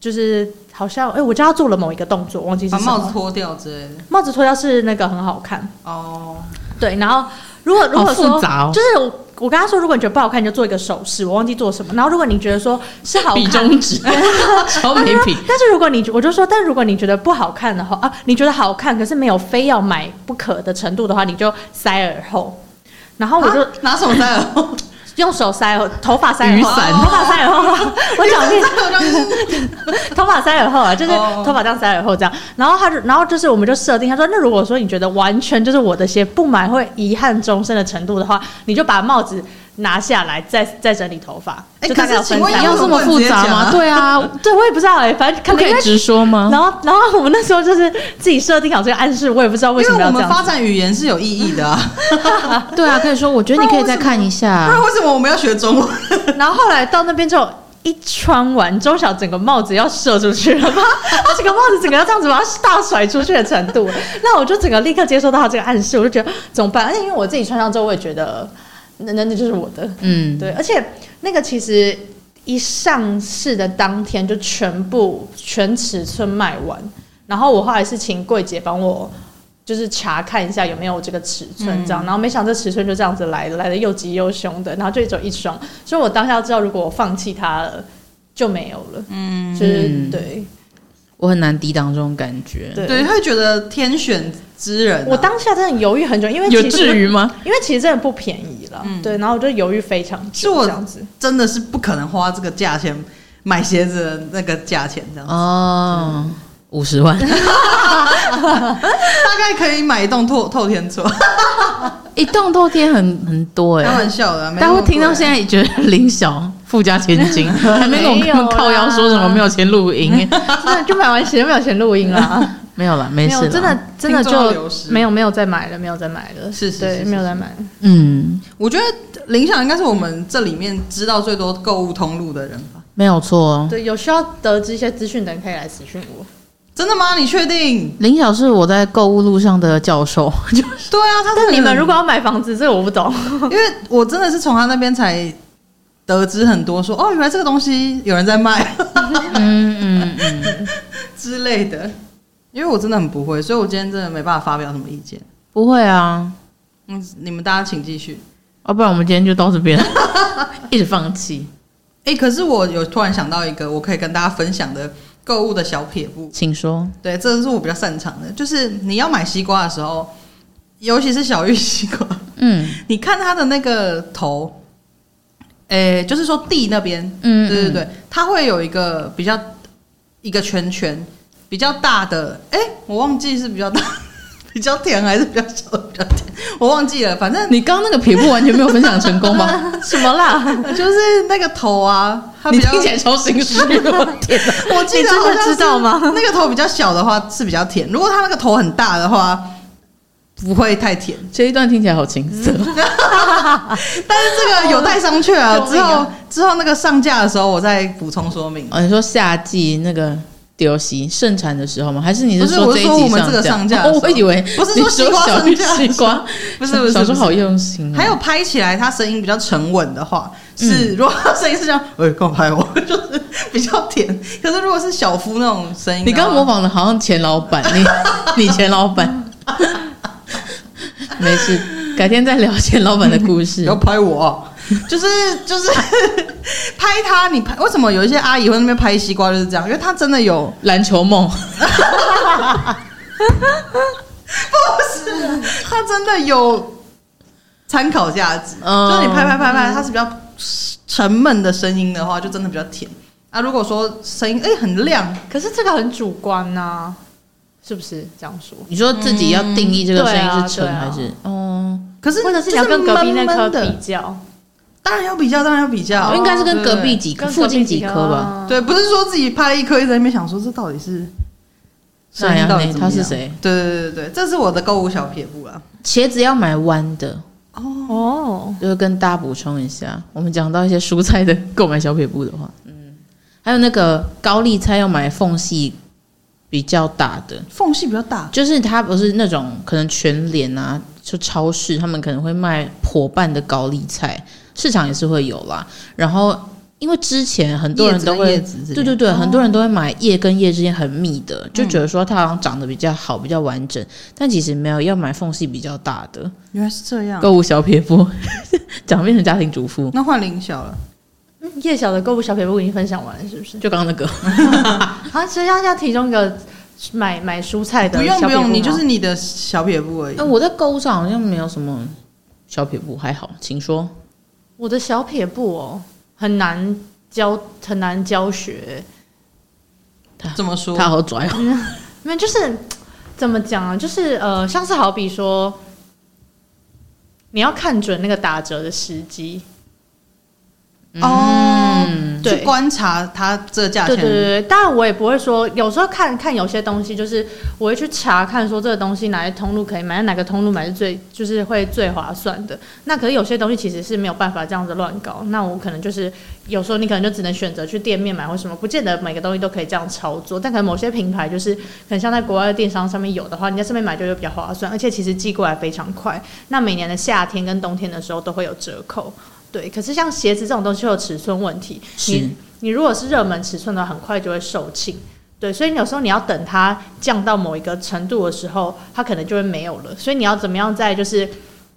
S3: 就是好像哎、我知道做了某一个动作，忘记是
S1: 把
S3: 什
S1: 帽
S3: 么
S1: 子脱掉之类的
S3: 帽子脱掉是那个很好看。
S1: 哦，
S3: 对，然后如果如
S2: 好
S3: 果说
S2: 复杂哦
S3: 就是我我跟他说，如果你觉得不好看，你就做一个手势，我忘记做什么。然后如果你觉得说是好
S2: 比
S3: 看。
S2: 中
S3: <laughs>
S2: 指，超没品。
S3: 但是如果你我就说，但如果你觉得不好看的话啊，你觉得好看，可是没有非要买不可的程度的话，你就塞耳后，然后我就
S1: 啊拿手塞耳后，
S3: 用手塞耳，头发塞耳
S2: 雨
S3: 后，
S2: 伞
S3: 头发塞耳后， <laughs>
S1: <laughs>
S3: 我讲你
S1: 这个就是
S3: 头发塞耳后啊，就是
S1: 哦
S3: 头发这样塞耳后这样。然后他就，然后就是我们就设定，他说那如果说你觉得完全就是我的鞋不买会遗憾终身的程度的话，你就把帽子拿下来，再再整理头发。
S1: 哎
S3: 就大概
S1: 可
S3: 要
S1: 是
S3: 分
S1: 请问
S3: 三
S1: 要
S2: 要
S3: 步
S2: 这么复杂吗？对啊，
S3: 对，我也不知道哎、反 <laughs> 正
S2: 不
S3: 可能
S2: 可
S3: 因为
S2: 以直说吗？
S3: 然后，然后我 <laughs> 们那时候就是自己设定好这个暗示，我也不知道 <laughs> 为什
S1: 因
S3: 么
S1: 为
S3: 要
S1: 我
S3: 这
S1: 们发
S3: 样。
S1: 展语言是有意义的啊，
S2: 对啊，可以说，我觉得你可以再看一
S1: 不
S2: 下
S3: 啊
S1: <laughs> 然。为什么我们要学中文？
S3: 然后后来到那边之后，一穿完，周晓整个帽子要射出去 <laughs> 了吗？他整个帽子整个要这样子把它大甩出去的程度，那我就整个立刻接收到他这个暗示，我就觉得怎么办？而且因为我自己穿上之后，我也觉得那那那就是我的。
S2: 嗯，
S3: 对，而且那个其实一上市的当天就全部全尺寸卖完，然后我后来是请柜姐帮我。就是查看一下有没有这个尺寸这样，然后没想到这尺寸就这样子来的，来的又急又凶的，然后就只有一双，所以我当下知道如果我放弃它了就没有了，嗯，就是对
S2: 我很难抵挡这种感觉。
S3: 对。
S1: 对，会觉得天选之人啊、
S3: 我当下真的犹豫很久，因为
S2: 有
S3: 其实
S2: 至于吗？
S3: 因为其实真的不便宜了，对，然后我就犹豫非常
S1: 是
S3: 久，
S1: 我
S3: 这样子，
S1: 真的是不可能花这个价钱买鞋子的那个价钱， <laughs> 这样、
S2: 哦，五十万
S1: 大概可以买一栋透透天厝。
S2: <laughs> 一栋透天很很多哎、
S1: 开玩笑的啊，没
S2: 大家
S1: 那
S2: 会
S1: 么
S2: 听到
S1: 贵
S2: 现在也觉得林小富家千
S3: <laughs>
S2: 金，还没跟我
S3: 没有
S2: 们靠腰说什么
S3: 啦
S2: 没有钱录
S3: <laughs>
S2: 音，
S3: <laughs> 真的就买完鞋没有钱录音啊 <laughs> 了，
S2: 没有啦，没
S3: 没
S2: 事
S3: 有，
S2: 啦，
S3: 真的真的
S1: 听众要
S3: 就
S1: 流失
S3: 没有没有再买了，没有再买了，
S1: 是是是
S3: 对，
S1: 是
S3: 没有再买了，
S2: 嗯，
S1: 我觉得林想应该是我们这里面知道最多购物通路的人吧？
S2: 没有错。
S3: 对，有需要得知一些资讯的人可以来私讯我，
S1: 真的吗？你确定？
S2: 林小是我在购物路上的教授， <laughs>
S1: 对啊，他
S3: 但
S1: 是
S3: 你们如果要买房子，这个我不懂，
S1: 因为我真的是从他那边才得知很多说哦，原来这个东西有人在卖
S2: 嗯嗯嗯，
S1: <laughs> 之类的。因为我真的很不会，所以我今天真的没办法发表什么意见。
S2: 不会啊，
S1: 嗯，你们大家请继续。
S2: 要啊不然我们今天就到这边， <laughs> 一直放弃，
S1: 哎、可是我有突然想到一个我可以跟大家分享的购物的小撇步，
S2: 请说。
S1: 对，这个是我比较擅长的，就是你要买西瓜的时候，尤其是小玉西瓜， <laughs>
S2: 嗯
S1: 你看它的那个头，诶、就是说地那边，
S2: 嗯，
S1: 对对对，它会有一个比较一个圈圈比较大的，诶，我忘记是比较大。 <laughs> 比较甜还是比较小的比较甜，我忘记了，反正
S2: 嗯， <laughs> 你刚刚那个撇步完全没有分享成
S1: <laughs>
S2: 功吧？
S3: 什么啦？
S1: 就是那个头啊，它
S2: <laughs> 你
S1: 比较
S2: 听起来超心虚，我 <laughs> 天哪！
S1: 我记
S3: 你
S1: 得
S3: 真的
S1: 好像是
S3: 知道吗
S1: 那个头比较小的话是比较甜，如果它那个头很大的话，不会太甜。
S2: 这一段听起来好青涩，
S1: 嗯但是这个有待商榷啊，
S3: 救
S1: 之
S3: 命啊
S1: 后之后那个上架的时候我再补充说明。
S2: 哦，你说夏季那个丢席盛产的时候吗？还是你
S1: 不是
S2: 说
S1: 我
S2: 这一
S1: 说
S2: 集
S1: 我们这个
S2: 上
S1: 上架的
S2: 哦
S1: 时，
S2: <laughs> 我
S1: 候
S2: 以为
S1: 不是
S2: 你
S1: 说西瓜
S2: 小
S1: 上
S2: 玉
S1: 架
S2: 西瓜，
S1: 不是不是
S2: 小时
S1: 不
S2: 候
S1: 是
S2: 好用心哦。
S1: 还有拍起来，它声音比较沉稳的话，是、如果它声音是这样，哎、干嘛拍我？ <laughs> 就是比较甜。可是如果是小夫那种声音的话，
S2: 你刚模仿的好像钱老板，
S1: <laughs>
S2: 你你钱老板， <laughs> 没事，改天再聊钱老板的故
S1: 不
S2: 事
S1: 要。拍我啊、就是就是 <laughs> 拍它，你拍为什么有一些阿姨会在那边拍西瓜就是这样？因为它真的有
S2: 篮球梦，
S1: 它真的有参考价值。
S2: 嗯
S1: 就是你拍拍拍拍，它是比较沉闷的声音的话，就真的比较甜。啊，如果说声音哎、很亮，
S3: 可是这个很主观呐、是不是这样说？
S2: 你说自己要定义这个声音是
S3: 对
S2: 沉
S3: 啊
S2: 还是哦？
S1: 可是
S3: 或者是你要跟隔壁
S1: 就
S3: 那
S1: 是闷
S3: 颗
S1: 闷
S3: 比哦
S1: 的，
S3: 较，
S1: 当然要比较，当然要比较，
S2: 哦应该是跟隔壁
S1: 啊对。
S2: 几
S3: 跟
S2: 科附近几科吧？
S3: 吧
S1: 对，不是说自己拍了一颗，一直在那边想说这到底是
S2: 那
S1: 声音到底
S2: 呢
S1: 怎么
S2: 他
S1: 样
S2: 是？谁？
S1: 对对对对对，这是我的购物小撇步啊。
S2: 茄子要买弯的，
S3: 哦，
S2: 就是跟大家补充一下，我们讲到一些蔬菜的购买小撇步的话，嗯，还有那个高丽菜要买缝隙比较大的，
S1: 缝隙比较大，
S2: 就是它不是那种可能全联啊，就超市他们可能会卖破半的高丽菜，市场也是会有啦。然后因为之前很多人都会
S1: 叶子跟叶子之类的
S2: 对对对，很多人都会买叶跟叶之间很密的，就觉得说它好像长得比较好，比较完整，但其实没有，要买缝隙比较大的。
S1: 原来是这样。
S3: 嗯
S2: 购物小撇步， <laughs> 讲变成家庭主妇，
S1: 那换林小了，
S3: 夜嗯小的购物小撇步已经分享完了，是不是？
S2: 就刚刚那个，
S3: 好，其实要要提供一个买买蔬菜的
S1: 不用
S3: 小
S1: 不
S3: 撇步
S1: 用，你
S3: 吗啊
S1: 就是你的小撇步而已
S2: 那。哎我在购物上好像没有什么小撇步，还好，请说。
S3: 我的小撇步哦，很难教，很难教学。
S1: 怎么说？
S2: 他好拽哦，
S3: 没有，就是怎么讲啊？就是呃，像是好比说，
S2: 嗯
S3: 你要看准那个打折的时机。
S1: 哦，去
S3: 对
S1: 观察它这个价
S3: 嗯对
S1: 钱。
S3: 对对，对当然我也不会说，有时候看看有些东西，就是我会去查看说这个东西哪些通路可以买，哪个通路买是最就是会最划算的。那可是有些东西其实是没有办法这样子乱搞，那我可能就是有时候你可能就只能选择去店面买或什么，不见得每个东西都可以这样操作。但可能某些品牌就是可能像在国外的电商上面有的话，你在上面买就会比较划算，而且其实寄过来非常快。那每年的夏天跟冬天的时候都会有折扣。对，可是像鞋子这种东西会有尺寸问题，
S2: 是
S3: 你你如果是热门尺寸的话，很快就会售罄。对，所以你有时候你要等它降到某一个程度的时候，它可能就会没有了。所以你要怎么样在就是，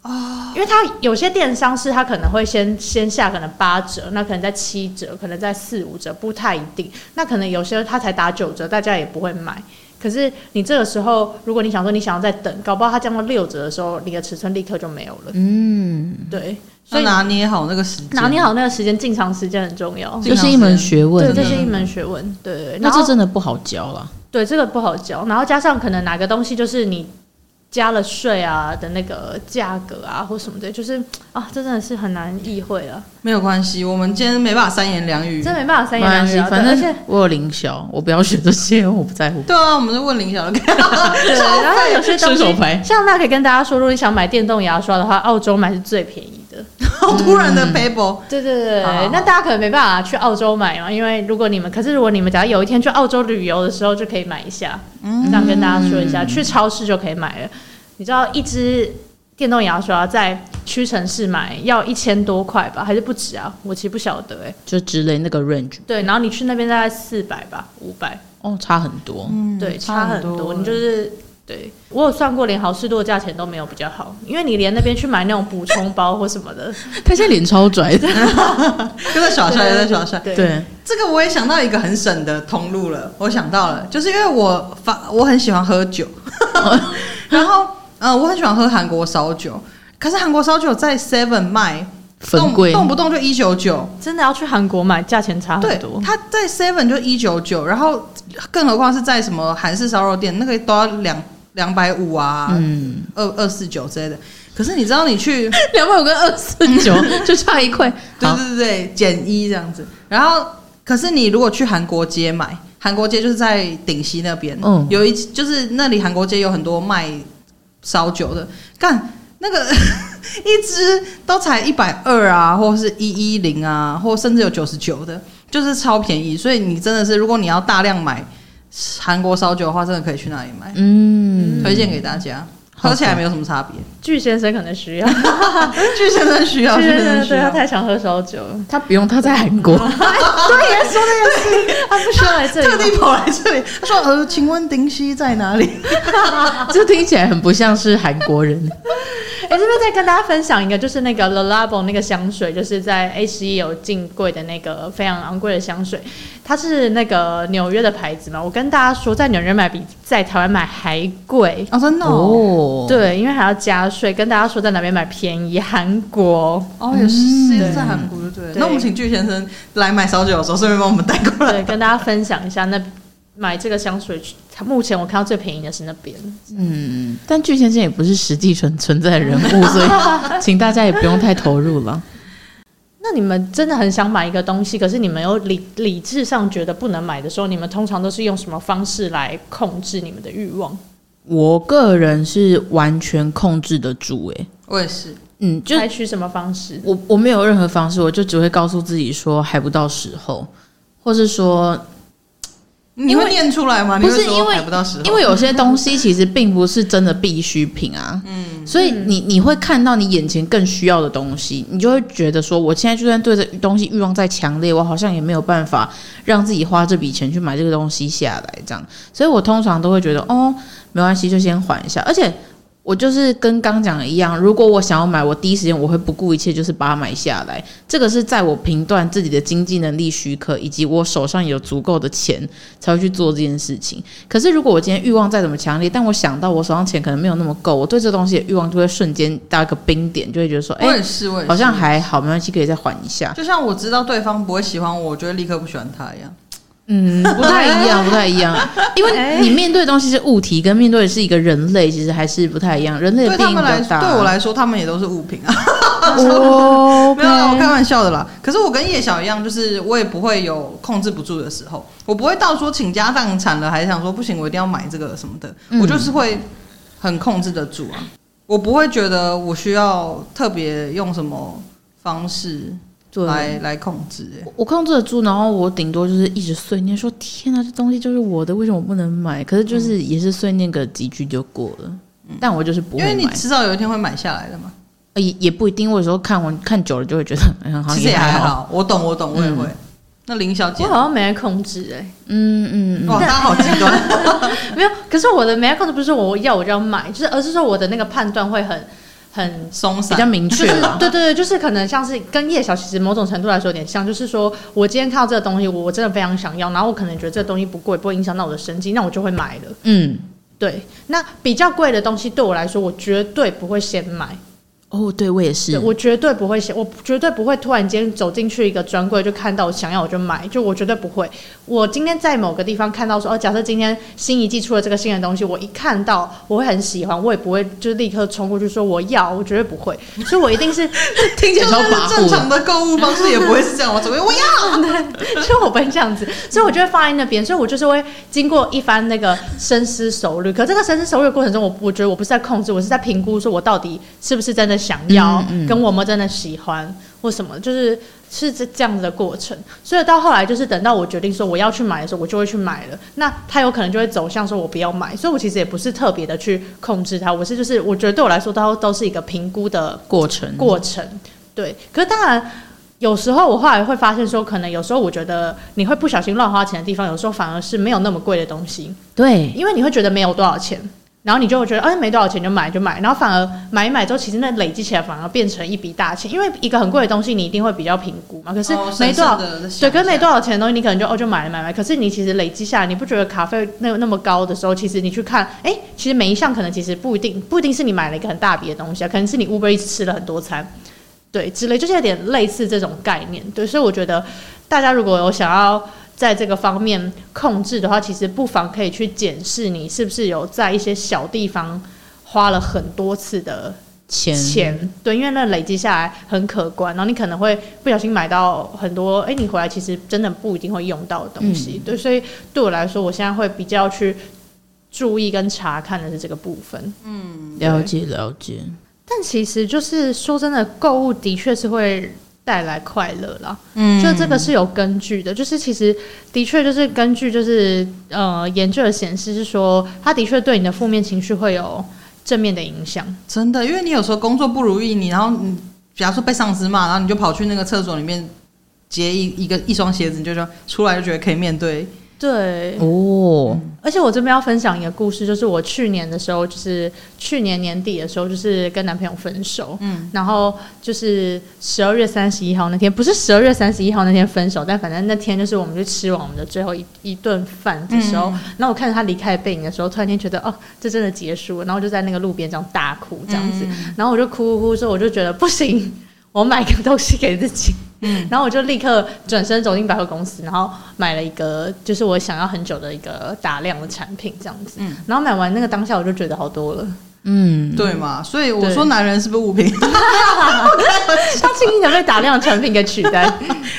S3: 哦，因为它有些电商是它可能会先先下可能八折，那可能在七折，可能在四五折，不太一定。那可能有些它才打九折，大家也不会买。可是你这个时候，如果你想说你想要再等，搞不好它降到六折的时候，你的尺寸立刻就没有了。
S2: 嗯，
S3: 对，所
S1: 要
S3: 以
S1: 拿捏好那个时间，
S3: 拿捏好那个时间，进场时间很重要。
S2: 这是一门学
S3: 对，
S2: 问，啊
S3: 这
S1: 真的
S3: 是一门学问。对对，对
S2: 那
S3: 然
S2: 这
S3: 后
S2: 真的不好教了。
S3: 对这个不好教，然后加上可能哪个东西就是你加了税啊的那个价格啊或什么的，就是啊，这真的是很难意会啊，
S1: 没有关系，我们今天没办法三言两语。
S3: 真没办法三
S2: 没
S3: 言两
S2: 关
S3: 语
S2: 系
S3: 啊。，
S2: 反
S3: 对而且
S2: 正我有零小，我不要学这些， <laughs> 我不在乎。
S1: 对啊，我们就问林小
S3: <laughs>
S1: 的，
S3: 对，
S2: <laughs>
S3: 然后有些东
S2: 伸手
S3: 西
S2: 牌
S3: 像那可以跟大家说，如果你想买电动牙刷的话，澳洲买是最便宜的。
S1: 好突然
S3: 嗯
S1: 的 paper，
S3: 对对对，
S1: 好好好
S3: 那大家可能没办法去澳洲买嘛，因为如果你们，可是如果你们假如有一天去澳洲旅游的时候，就可以买一下，
S1: 嗯
S3: 这样跟大家说一下，去超市就可以买了。你知道一支电动牙刷在屈臣氏买要一千多块吧，还是不止啊？我其实不晓得哎、
S2: 就之类那个 range
S3: 对，然后你去那边大概四百吧，五百，
S2: 哦，差很多。
S3: 对，
S1: 嗯差
S3: 差
S1: 很
S3: 很
S1: 多
S3: 多。你就是对我有算过，连好事多的价钱都没有比较好，因为你连那边去买那种补充包或什么的，
S2: 他现在脸超拽的，
S1: 又在耍帅，又在耍帅。
S3: <laughs> 对
S2: 对，
S1: 这个我也想到一个很省的通路了，我想到了，就是因为我发我很喜欢喝
S3: <laughs>
S1: 酒，然后呃我很喜欢喝韩国烧酒，可是韩国烧酒在 Seven 卖，
S2: 粉
S1: 动
S2: 贵，
S1: 动不动就一九九，
S3: 真的要去韩国买，价钱差
S1: 对
S3: 很多，。
S1: 它在 Seven 就一九九，然后更何况是在什么韩式烧肉店，那个都要两两百五啊，
S2: 嗯，
S1: 二二四九之类的。可是你知道你去
S2: 两百五跟二四
S3: <laughs>
S2: 九就差一块。
S1: 对
S2: 好，
S1: 对对对，减一这样子。然后，可是你如果去韩国街买，韩国街就是在顶溪那边，
S2: 嗯
S1: 有一就是那里韩国街有很多卖烧酒的，干那个 <laughs> 一支都才一百二啊，或是一一零啊，或甚至有九十九的，就是超便宜。所以你真的是，如果你要大量买韩国烧酒的话，真的可以去那里买，
S2: 嗯，
S1: 推荐给大家。喝
S2: 好的
S1: 起来没有什么差别， <laughs>
S3: 巨先生可能需要，
S1: 巨先生需要，
S3: <laughs> 巨
S1: 巨
S3: 先
S1: 先生
S3: 生
S1: 需
S3: 对他
S1: 要。
S3: 太常喝烧酒了，
S2: 他不用，他在韩国。
S3: <laughs> 他不需要来这 <laughs>
S1: 特
S3: 里。
S1: 地跑来这里， <laughs> 他说：“呃，请问丁西在哪里 <laughs>
S2: 这听起来很不像是韩国人。
S3: 我这边再跟大家分享一个，就是那个 l a b o 那个香水，就是在 A 十一有进柜的那个非常昂贵的香水，它是那个纽约的牌子嘛。我跟大家说，在纽约买比在台湾买还贵？”，
S1: 哦，真的哦，
S2: 哦，
S3: 对，因为还要加税。跟大家说，在哪边买便宜？韩 <laughs> 国。
S1: 哦也是
S3: 对
S1: 在韩国，对了。
S3: 对
S1: 那我们请巨先生来买烧酒的时哦候，顺便帮我们带过来
S3: 对，。跟大家分享一下，那买这个香水，目前我看到最便宜的是那边。
S2: 嗯，但巨先生也不是实际存存在的人物，所
S3: <laughs>
S2: 以请大家也不用太投入了。
S3: 那你们真的很想买一个东西，可是你们又理理智上觉得不能买的时候，你们通常都是用什么方式来控制你们的欲望？
S2: 我个人是完全控制得住、欸，
S1: 我也是，
S2: 嗯，就
S3: 采取什么方式？
S2: 我我没有任何方式，我就只会告诉自己说还不到时候，或是说，
S1: 你
S2: 因
S1: 会
S2: 为
S1: 念出来吗？你
S2: 不是
S1: 会说
S2: 因为
S1: 还不到时候，
S2: 因为有些东西其实并不是真的必需品啊，嗯，所以你你会看到你眼前更需要的东西，你就会觉得说，我现在就算对这东西欲望再强烈，我好像也没有办法让自己花这笔钱去买这个东西下来，这样，所以我通常都会觉得，哦，没关系，就先缓一下，而且。我就是跟刚讲的一样，如果我想要买，我第一时间我会不顾一切，就是把它买下来。这个是在我评断自己的经济能力许可，以及我手上有足够的钱才会去做这件事情。可是如果我今天欲望再怎么强烈，但我想到我手上钱可能没有那么够，我对这东西的欲望就会瞬间到一个冰点，就会觉得说，哎、
S1: 哦我也是，我也是
S2: 好像还好，没关系，可以再缓一下。
S1: 就像我知道对方不会喜欢我，我就会立刻不喜欢他一样。
S2: 嗯，不太一样，不太一样，因为你面对的东西是物体，跟面对的是一个人类，其实还是不太一样。人类的
S1: 对
S2: 变
S1: 他
S2: 异比
S1: 们来，
S2: 较大。
S1: 对我来说，他们也都是物品啊。
S2: 哦，
S1: 没有啦，我开玩笑的啦。可是我跟叶晓一样，就是我也不会有控制不住的时候，我不会到说倾家荡产了，还想说不行，我一定要买这个什么的，
S2: 嗯
S1: 我就是会很控制得住啊。我不会觉得我需要特别用什么方式
S2: 对。
S1: 来来控制、欸。
S2: 我我控制得住，然后我顶多就是一直碎念说：“天啊，这东西就是我的，为什么我不能买？”可是就是也是碎念个几句就过了。但我就是不
S1: 因为
S2: 会
S1: 你
S2: 买，
S1: 迟早有一天会买下来的嘛，
S2: 呃也也不一定。我有时候看完看久了就会觉得， <laughs> 嗯，好
S1: 其
S2: 像
S1: 实也还
S2: 还。
S1: 好。我懂，我懂，我也会。那林小姐
S3: 我，好像没在控制哎、
S2: 嗯嗯嗯，
S1: 哇，大家好极端，
S3: 没有。可是我的没在控制，不是说我要我就要买，就是而是说我的那个判断会很很
S1: 松
S2: 比较
S1: 散。
S2: 明
S3: 就
S2: 确
S3: 是
S2: 了。
S3: 对对啊对，就是可能像是跟夜小，其实某种程度来说有点像，就是说我今天看到这个东西，我我真的非常想要，然后我可能觉得这个东西不贵，不会影响到我的生计，那我就会买了。
S2: 嗯，
S3: 对，那比较贵的东西对我来说，我绝对不会先买，
S2: 哦，对我也是
S3: 对，我绝对不会先，我绝对不会突然间走进去一个专柜就看到我想要我就买，就我绝对不会。我今天在某个地方看到说，哦，假设今天新一季出了这个新的东西，我一看到我会很喜欢，我也不会就立刻冲过去说我要，我绝对不会，所以我一定是
S1: 听起来
S2: 超跋扈的
S1: 正常的购物方式也不会是这样，我只会我要。
S3: <laughs> 就我不会这样子，所以我就会放在那边，所以我就是会经过一番那个深思熟虑。可这个深思熟虑的过程中，我我觉得我不是在控制，我是在评估，说我到底是不是真的想要，
S2: 嗯嗯
S3: 跟我们真的喜欢或什么，就是是这这样子的过程。所以到后来就是等到我决定说我要去买的时候，我就会去买了。那他有可能就会走向说我不要买，所以我其实也不是特别的去控制它，我是就是我觉得对我来说都都是一个评估的
S2: 过程
S3: 过程。对，可是当然，有时候我后来会发现说，可能有时候我觉得你会不小心乱花钱的地方，有时候反而是没有那么贵的东西，
S2: 对，
S3: 因为你会觉得没有多少钱，然后你就会觉得，哎、没多少钱就买就买，然后反而买一买之后，其实那累积起来反而变成一笔大钱，因为一个很贵的东西你一定会比较评估嘛，可是
S1: 哦
S3: 没多少。
S1: 神圣的想一下
S3: 对，可是没多少钱的东西，你可能就哦就买了买了买了。可是你其实累积下来，你不觉得卡费那那么高的时候，其实你去看，哎、其实每一项可能其实不一定不一定是你买了一个很大笔的东西啊，可能是你 Uber 一直吃了很多餐，对，之类就是有点类似这种概念。对，所以我觉得大家如果有想要在这个方面控制的话，其实不妨可以去检视你是不是有在一些小地方花了很多次的
S2: 钱
S3: 钱，对，因为那累积下来很可观，然后你可能会不小心买到很多，哎、你回来其实真的不一定会用到的东西，对，所以对我来说，我现在会比较去注意跟查看的是这个部分。
S2: 了解了解。
S3: 但其实就是说真的，购物的确是会带来快乐啦，
S1: 嗯
S3: 就这个是有根据的，就是其实的确就是根据就是呃研究的显示是说，它的确对你的负面情绪会有正面的影响。
S1: 真的，因为你有时候工作不如意，你然后你，比方说被上司骂，然后你就跑去那个厕所里面截一一个一双鞋子，你就说出来就觉得可以面对。
S3: 对，
S2: 哦，
S3: 而且我这边要分享一个故事，就是我去年的时候，就是去年年底的时候，就是跟男朋友分手，嗯，然后就是十二月三十一号那天，不是十二月三十一号那天分手，但反正那天就是我们去吃完我们的最后一一顿饭的时候，那我看着他离开的背影的时候，突然间觉得哦，这真的结束了，然后我就在那个路边这样大哭这样子，然后我就哭哭哭之后，我就觉得不行，我买个东西给自己。然后我就立刻转身走进百货公司，然后买了一个就是我想要很久的一个打量的产品，这样子。然后买完那个当下，我就觉得好多了，
S2: 嗯，
S1: 对嘛？所以我
S3: 对
S1: 说男人是不是物
S3: <laughs>
S1: 品？
S3: 它轻易的被打量的产品给取代。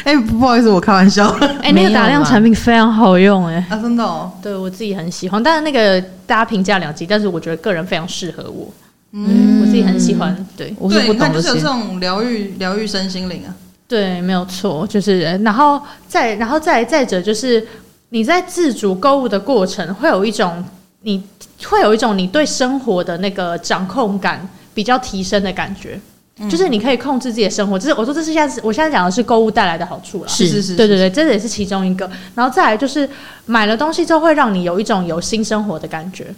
S1: 哎、不好意思，我开玩笑啊，
S3: <laughs> 哎、那
S2: 没有
S3: 个打量
S2: 啦
S3: 产品非常好用、哎。
S1: 真的哦。
S3: 对我自己很喜欢，但是那个大家评价两极，但是我觉得个人非常适合我，
S2: 嗯
S3: 我自己很喜欢。对
S2: 我是
S1: 对，
S2: 不
S1: 你看
S2: 懂
S1: 就是
S2: 这
S1: 有这
S2: 些。
S1: 种疗愈、疗愈身心灵啊。
S3: 对，没有错，就是然后再然后再再者就是你在自主购物的过程，会有一种你会有一种你对生活的那个掌控感比较提升的感觉。
S1: 嗯
S3: 就是你可以控制自己的生活，这是我说这是现在是我现在讲的是购物带来的好处啦，
S2: 是
S1: 是是，
S3: 对对对，这也是其中一个。然后再来就是买了东西之后，会让你有一种有新生活的感觉。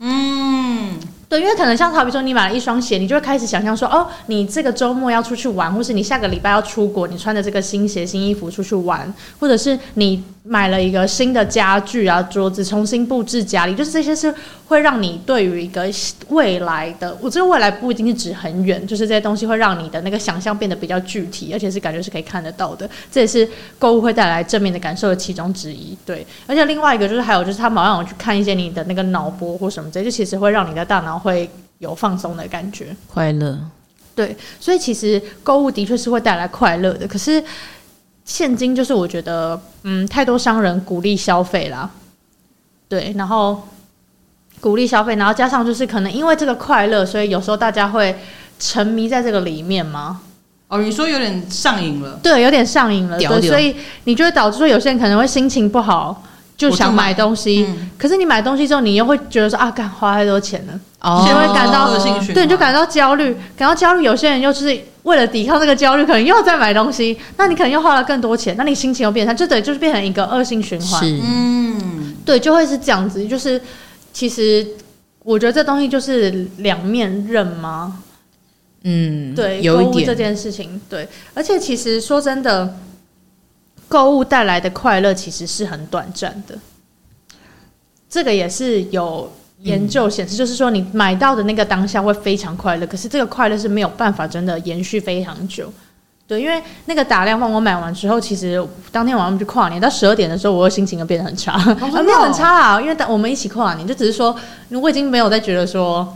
S1: 嗯，
S3: 对，因为可能像好比说你买了一双鞋，你就会开始想象说，哦，你这个周末要出去玩，或是你下个礼拜要出国，你穿着这个新鞋、新衣服出去玩，或者是你买了一个新的家具啊、桌子，重新布置家里，就是这些是会让你对于一个未来的，我这个未来不一定是指很远，就是这些东西会让你的那个想象变得比较具体，而且是感觉是可以看得到的。这也是购物会带来正面的感受的其中之一。对，而且另外一个就是还有就是他们好像有去看一些你的那个脑波或什么之类，就其实会让你的大脑会有放松的感觉。
S2: 快乐。
S3: 对，所以其实购物的确是会带来快乐的。可是现今就是我觉得，嗯，太多商人鼓励消费啦，对，然后鼓励消费，然后加上就是可能因为这个快乐，所以有时候大家会沉迷在这个里面嘛，
S1: 哦，你说有点上瘾了，
S3: 对，有点上瘾了，
S2: 屌
S3: 对，
S2: 屌
S3: 所以你就会导致说有些人可能会心情不好。就
S1: 我就
S3: 想
S1: 买
S3: 买东西，
S1: 嗯
S3: 可是你买东西之后，你又会觉得说啊，干花太多钱了，
S2: 哦
S3: 就会感到
S1: 恶性循环
S3: 对，你就感到焦虑，感到焦虑。有些人又就是为了抵抗这个焦虑，可能又在买东西，那你可能又花了更多钱，那你心情又变差，这等于就是变成一个恶性循环。
S2: 是
S1: 嗯，
S3: 对，就会是这样子。就是其实我觉得这东西就是两面刃嘛，
S2: 嗯，
S3: 对，
S2: 有
S3: 购
S2: 一
S3: 物这
S2: 点
S3: 件事情，对，而且其实说真的，购物带来的快乐其实是很短暂的，这个也是有。研究显示，就是说你买到的那个当下会非常快乐，可是这个快乐是没有办法真的延续非常久。对，因为那个打量棒我买完之后，其实当天晚上去跨年，到十二点的时候，我又心情又变得很差，
S1: 真的
S3: 啊没有
S1: 哦
S3: 很差啦，因为当我们一起跨年，就只是说我已经没有再觉得说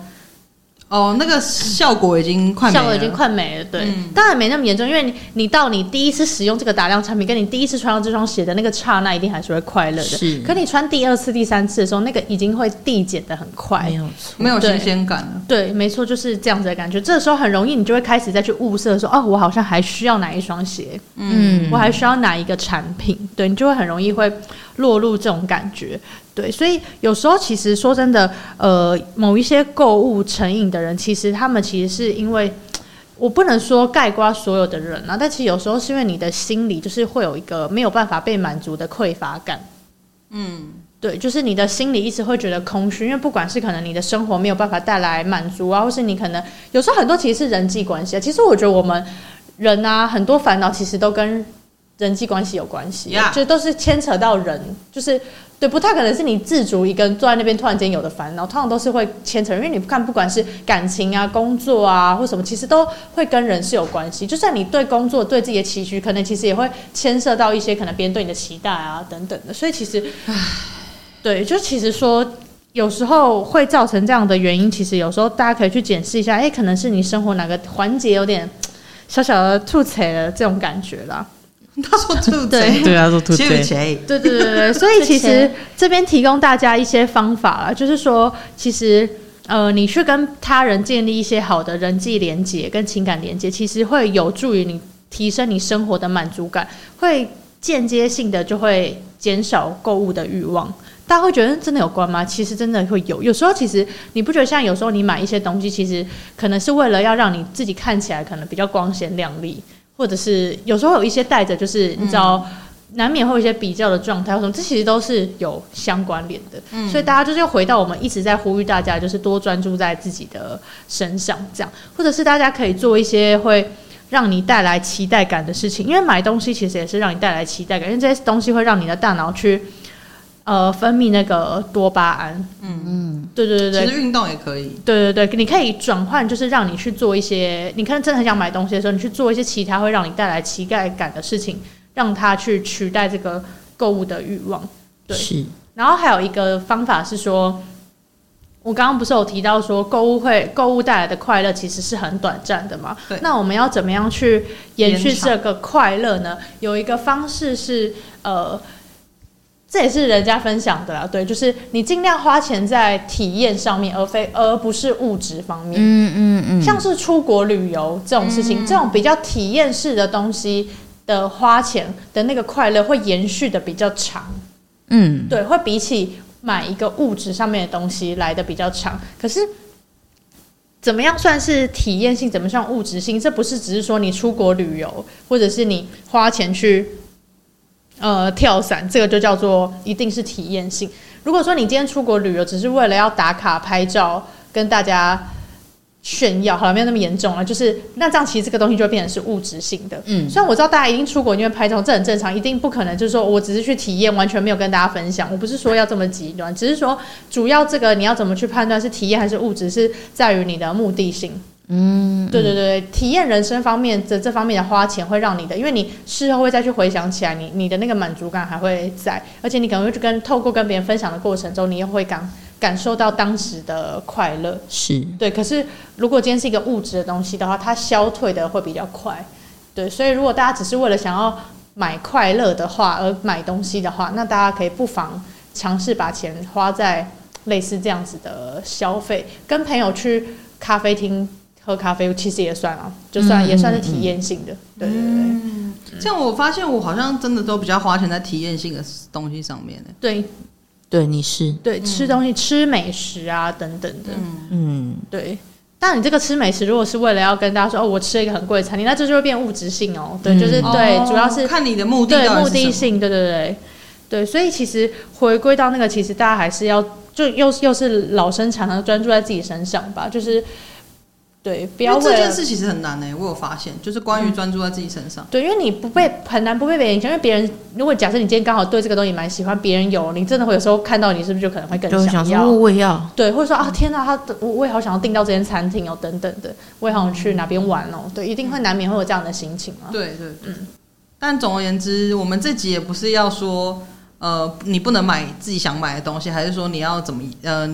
S1: 哦，那个效果已经快没
S3: 效
S1: 了，
S3: 果已经快没了，对，
S1: 嗯
S3: 当然没那么严重，因为你你到你第一次使用这个打量产品，跟你第一次穿上这双鞋的那个刹那，一定还是会快乐的。
S2: 是
S3: 可你穿第二次、第三次的时候，那个已经会递减的很快
S2: 没。有错，
S1: 没有
S3: 对
S1: 新鲜感
S3: <laughs>
S1: 了。
S3: 对，没错，就是这样子的感觉。这时候很容易，你就会开始再去物色说，哦，我好像还需要哪一双鞋，
S2: 嗯
S3: 我还需要哪一个产品，对你就会很容易会落入这种感觉。对，所以有时候其实说真的，呃，某一些购物成瘾的人，其实他们其实是因为。我不能说盖瓜所有的人啊，但其实有时候是因为你的心里就是会有一个没有办法被满足的匮乏感，
S1: 嗯，
S3: 对，就是你的心里一直会觉得空虚，因为不管是可能你的生活没有办法带来满足啊，或是你可能有时候很多其实是人际关系啊。其实我觉得我们人啊，很多烦恼其实都跟人际关系有关系
S1: Yeah
S3: 就都是牵扯到人，就是对，不太可能是你自主一个人坐在那边突然间有的烦恼，通常都是会牵扯，因为你看不管是感情啊、工作啊或什么，其实都会跟人是有关系。就算你对工作、对自己的期许，可能其实也会牵涉到一些可能别人对你的期待啊等等的，所以其实。对，就其实说，有时候会造成这样的原因，其实有时候大家可以去检视一下，哎、可能是你生活哪个环节有点小小的吐槽的这种感觉啦。
S1: 他说对不 <laughs>
S2: <laughs>
S3: 对
S2: 对啊，说兔
S1: 对
S2: 子，
S1: 对，
S3: 对对对对，所以
S2: 之
S3: 其实
S2: 前
S3: 这边提供大家一些方法啦，就是说，其实呃，你去跟他人建立一些好的人际连接跟情感连接，其实会有助于你提升你生活的满足感，会间接性的就会减少购物的欲望。大家会觉得嗯真的有关吗？其实真的会有。有时候其实你不觉得像有时候你买一些东西，其实可能是为了要让你自己看起来可能比较光鲜亮丽，或者是有时候有一些带着就是你知道。难免会有一些比较的状态或什么，这其实都是有相关联的。所以大家就是要回到我们一直在呼吁大家，就是多专注在自己的身上，这样，或者是大家可以做一些会让你带来期待感的事情，因为买东西其实也是让你带来期待感，因为这些东西会让你的大脑去呃分泌那个多巴胺。嗯嗯，对对对对，
S1: 其实运动也可以。
S3: 对对对，你可以转换，就是让你去做一些，你可能真的很想买东西的时候，你去做一些其他会让你带来期待感的事情，让它去取代这个购物的欲望。对
S2: 是
S3: 然后还有一个方法是说，我刚刚不是有提到说购物会购物带来的快乐其实是很短暂的嘛
S1: 对？
S3: 那我们要怎么样去延续
S1: 延长
S3: 这个快乐呢？有一个方式是呃。这也是人家分享的啦，对，就是你尽量花钱在体验上面，而非而不是物质方面。
S2: 嗯嗯嗯，
S3: 像是出国旅游这种事情，这种比较体验式的东西的花钱的那个快乐会延续的比较长。
S2: 嗯
S3: 对，会比起买一个物质上面的东西来的比较长。可是，怎么样算是体验性？怎么算物质性？这不是只是说你出国旅游，或者是你花钱去呃跳伞，这个就叫做一定是体验性。如果说你今天出国旅游只是为了要打卡拍照，跟大家炫耀，好了，没有那么严重了。就是那这样，其实这个东西就会变成是物质性的。
S2: 嗯
S3: 虽然我知道大家一定出国，因为拍照这很正常，一定不可能就是说我只是去体验，完全没有跟大家分享。我不是说要这么极端，只是说主要这个你要怎么去判断是体验还是物质，是在于你的目的性。嗯，对对对，体验人生方面的这方面的花钱会让你的，因嗯为你事后会再去回想起来，你你的那个满足感还会在，而且你可能会去跟透过跟别人分享的过程中，你又会感感受到当时的快乐。
S2: 是
S3: 对，可是如果今天是一个物质的东西的话，它消退的会比较快。对，所以如果大家只是为了想要买快乐的话而买东西的话，那大家可以不妨尝试把钱花在类似这样子的消费，跟朋友去咖啡厅喝咖啡，其实也算啊，就
S2: 嗯
S3: 算、也算是体验性的。对对对。
S1: 像我发现我好像真的都比较花钱在体验性的东西上面、欸、
S3: 对
S2: 对，你是
S3: 对，吃东西、吃美食啊等等的，
S2: 嗯，
S3: 对。但你这个吃美食，如果是为了要跟大家说哦，我吃了一个很贵的餐厅，那这就会变物质性哦。对，
S2: 嗯
S3: 就是对，
S1: 哦
S3: 主要是
S1: 看你的目的
S3: 对
S1: 到底
S3: 目
S1: 是什
S3: 的
S1: 么
S3: 性，对对对对，所以其实回归到那个，其实大家还是要就又又是老生常谈，专注在自己身上吧，就是对，不
S1: 因
S3: 要
S1: 为
S3: 为
S1: 这件
S3: 了
S1: 事其实很难诶、欸我有发现，就是关于专注在自己身上。
S3: 对，因为你不被很难不被别人影响，因为别人如果假设你今天刚好对这个东西蛮喜欢，别人有，你真的会有时候看到你是不是就可能会更
S2: 就会
S3: 想
S2: 想
S3: 要
S2: 说，我我也要，
S3: 对，或者说啊，天哪，他的我我也好想要订到这间餐厅哦，等等的，我也好想去哪边玩哦，对，一定会难免会有这样的心情啊。
S1: 对对对。但总而言之，我们这集也不是要说，呃，你不能买自己想买的东西，还是说你要怎么，呃，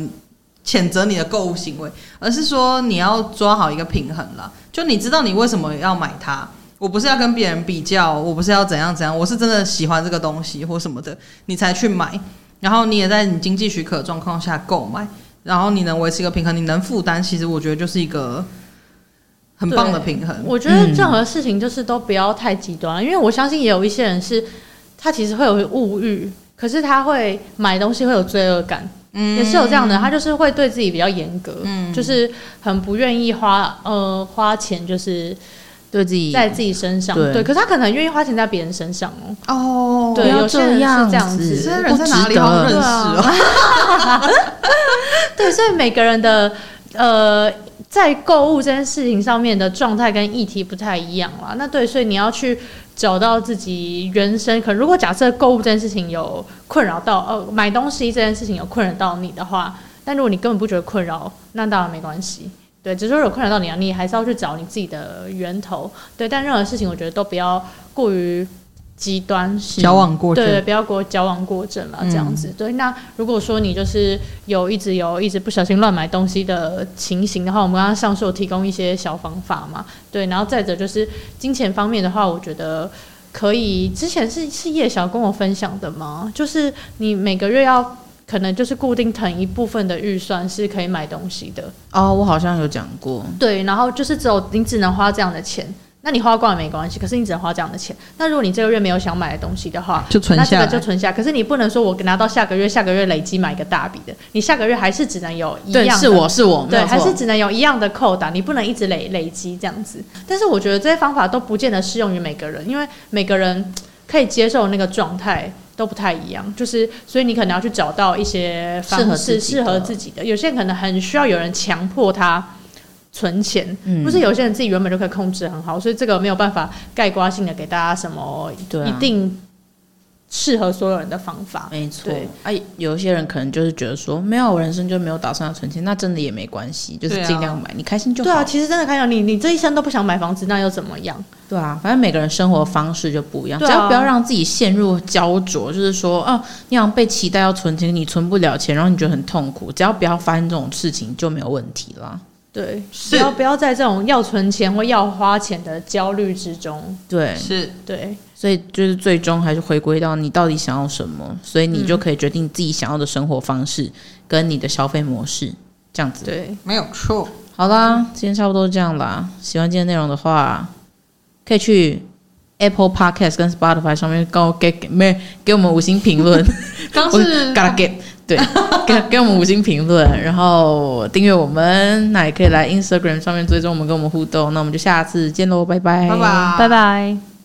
S1: 谴责你的购物行为，而是说你要抓好一个平衡啦。就你知道你为什么要买它。我不是要跟别人比较，我不是要怎样怎样，我是真的喜欢这个东西或什么的，你才去买。然后你也在你经济许可的状况下购买，然后你能维持一个平衡，你能负担，其实我觉得就是一个很棒的
S3: 对
S1: 平衡。
S3: 我觉
S2: 嗯
S3: 得任何事情就是都不要太极端，因为我相信也有一些人是，他其实会有物欲，可是他会买东西会有罪恶感，
S1: 嗯
S3: 也是有这样的人，他就是会对自己比较严格，
S1: 嗯
S3: 就是很不愿意花呃花钱，就是
S2: 对自己
S3: 在自己身上，
S2: 对
S3: 对，可是他可能愿意花钱在别人身上哦，
S1: 哦，
S3: 对
S2: 不要
S3: 有些人
S2: 这
S3: 是
S2: 样
S3: 这样
S2: 子
S3: 子
S1: 这人
S2: 不
S1: 在
S2: 值
S1: 哪里好像认识
S2: 得。
S1: 哦、
S3: <laughs> 对，所以每个人的呃，在购物这件事情上面的状态跟议题不太一样啦。那对，所以你要去找到自己原生。可能如果假设购物这件事情有困扰到，呃，买东西这件事情有困扰到你的话，但如果你根本不觉得困扰，那当然没关系。对，只是说有困扰到你啊，你还是要去找你自己的源头。对，但任何事情我觉得都不要过于极端，
S1: 交往过
S3: 对，
S1: 程，嗯
S3: 不要给我矫枉过正了，这样子。对，那如果说你就是有一直有一直不小心乱买东西的情形的话，我们刚刚上述有提供一些小方法嘛，对。然后再者就是金钱方面的话，我觉得可以。之前是是叶晓跟我分享的吗？就是你每个月要。可能就是固定腾一部分的预算是可以买东西的，
S2: 哦，我好像有讲过，
S3: 对，然后就是只有你只能花这样的钱，那你花光也没关系，可是你只能花这样的钱。那如果你这个月没有想买的东西的话，
S1: 就存下
S3: 那
S1: 来
S3: 这个就存下。可是你不能说我拿到下个月，下个月累积买一个大笔的，你下个月还是只能有一
S2: 对，
S3: 样的
S2: 是我是我，没
S3: 对，
S2: 有
S3: 还
S2: 错
S3: 是只能有一样的扣打，你不能一直累累积这样子。但是我觉得这些方法都不见得适用于每个人，因为每个人可以接受那个状态都不太一样，就是所以你可能要去找到一些方式
S2: 适
S3: 适
S2: 合
S3: 合
S2: 自
S3: 自己的。有些人可能很需要有人强迫他。存钱，
S2: 嗯
S3: 不是有些人自己原本就可以控制很好，所以这个没有办法概括性的给大家什么
S2: 对啊
S3: 一定适合所有人的方法。
S2: 没错
S3: 对。
S2: 哎、有一些人可能就是觉得说，没有，我人生就没有打算要存钱，那真的也没关系，就是
S1: 对啊
S2: 尽量买，你开心就
S3: 对啊，
S2: 好。
S3: 其实真的看到你，你这一生都不想买房子，那又怎么样？
S2: 对啊，反正每个人生活方式就不一样，
S3: 对啊
S2: 只要不要让自己陷入焦灼，就是说，哦、你好像被期待要存钱，你存不了钱，然后你觉得很痛苦。只要不要发生这种事情，就没有问题啦。
S3: 对，不
S1: 是
S3: 要不要在这种要存钱或要花钱的焦虑之中。
S2: 对，
S1: 是
S3: 对
S2: 所以就是最终还是回归到你到底想要什么，所以你就可以决定自己想要的生活方式跟你的消费模式这样子。
S3: 对，
S1: 没有错。
S2: 好啦，今天差不多这样啦。喜欢今天内容的话，可以去 Apple Podcast 跟 Spotify 上面给我给给没给我们五星评论，
S1: 刚
S2: 我
S1: 是
S2: 嘎啦给 <laughs> 对给给我们五星评论，然后订阅我们，那也可以来 Instagram 上面追踪我们，跟我们互动。那我们就下次见喽，拜拜，
S1: 拜拜
S3: 拜拜。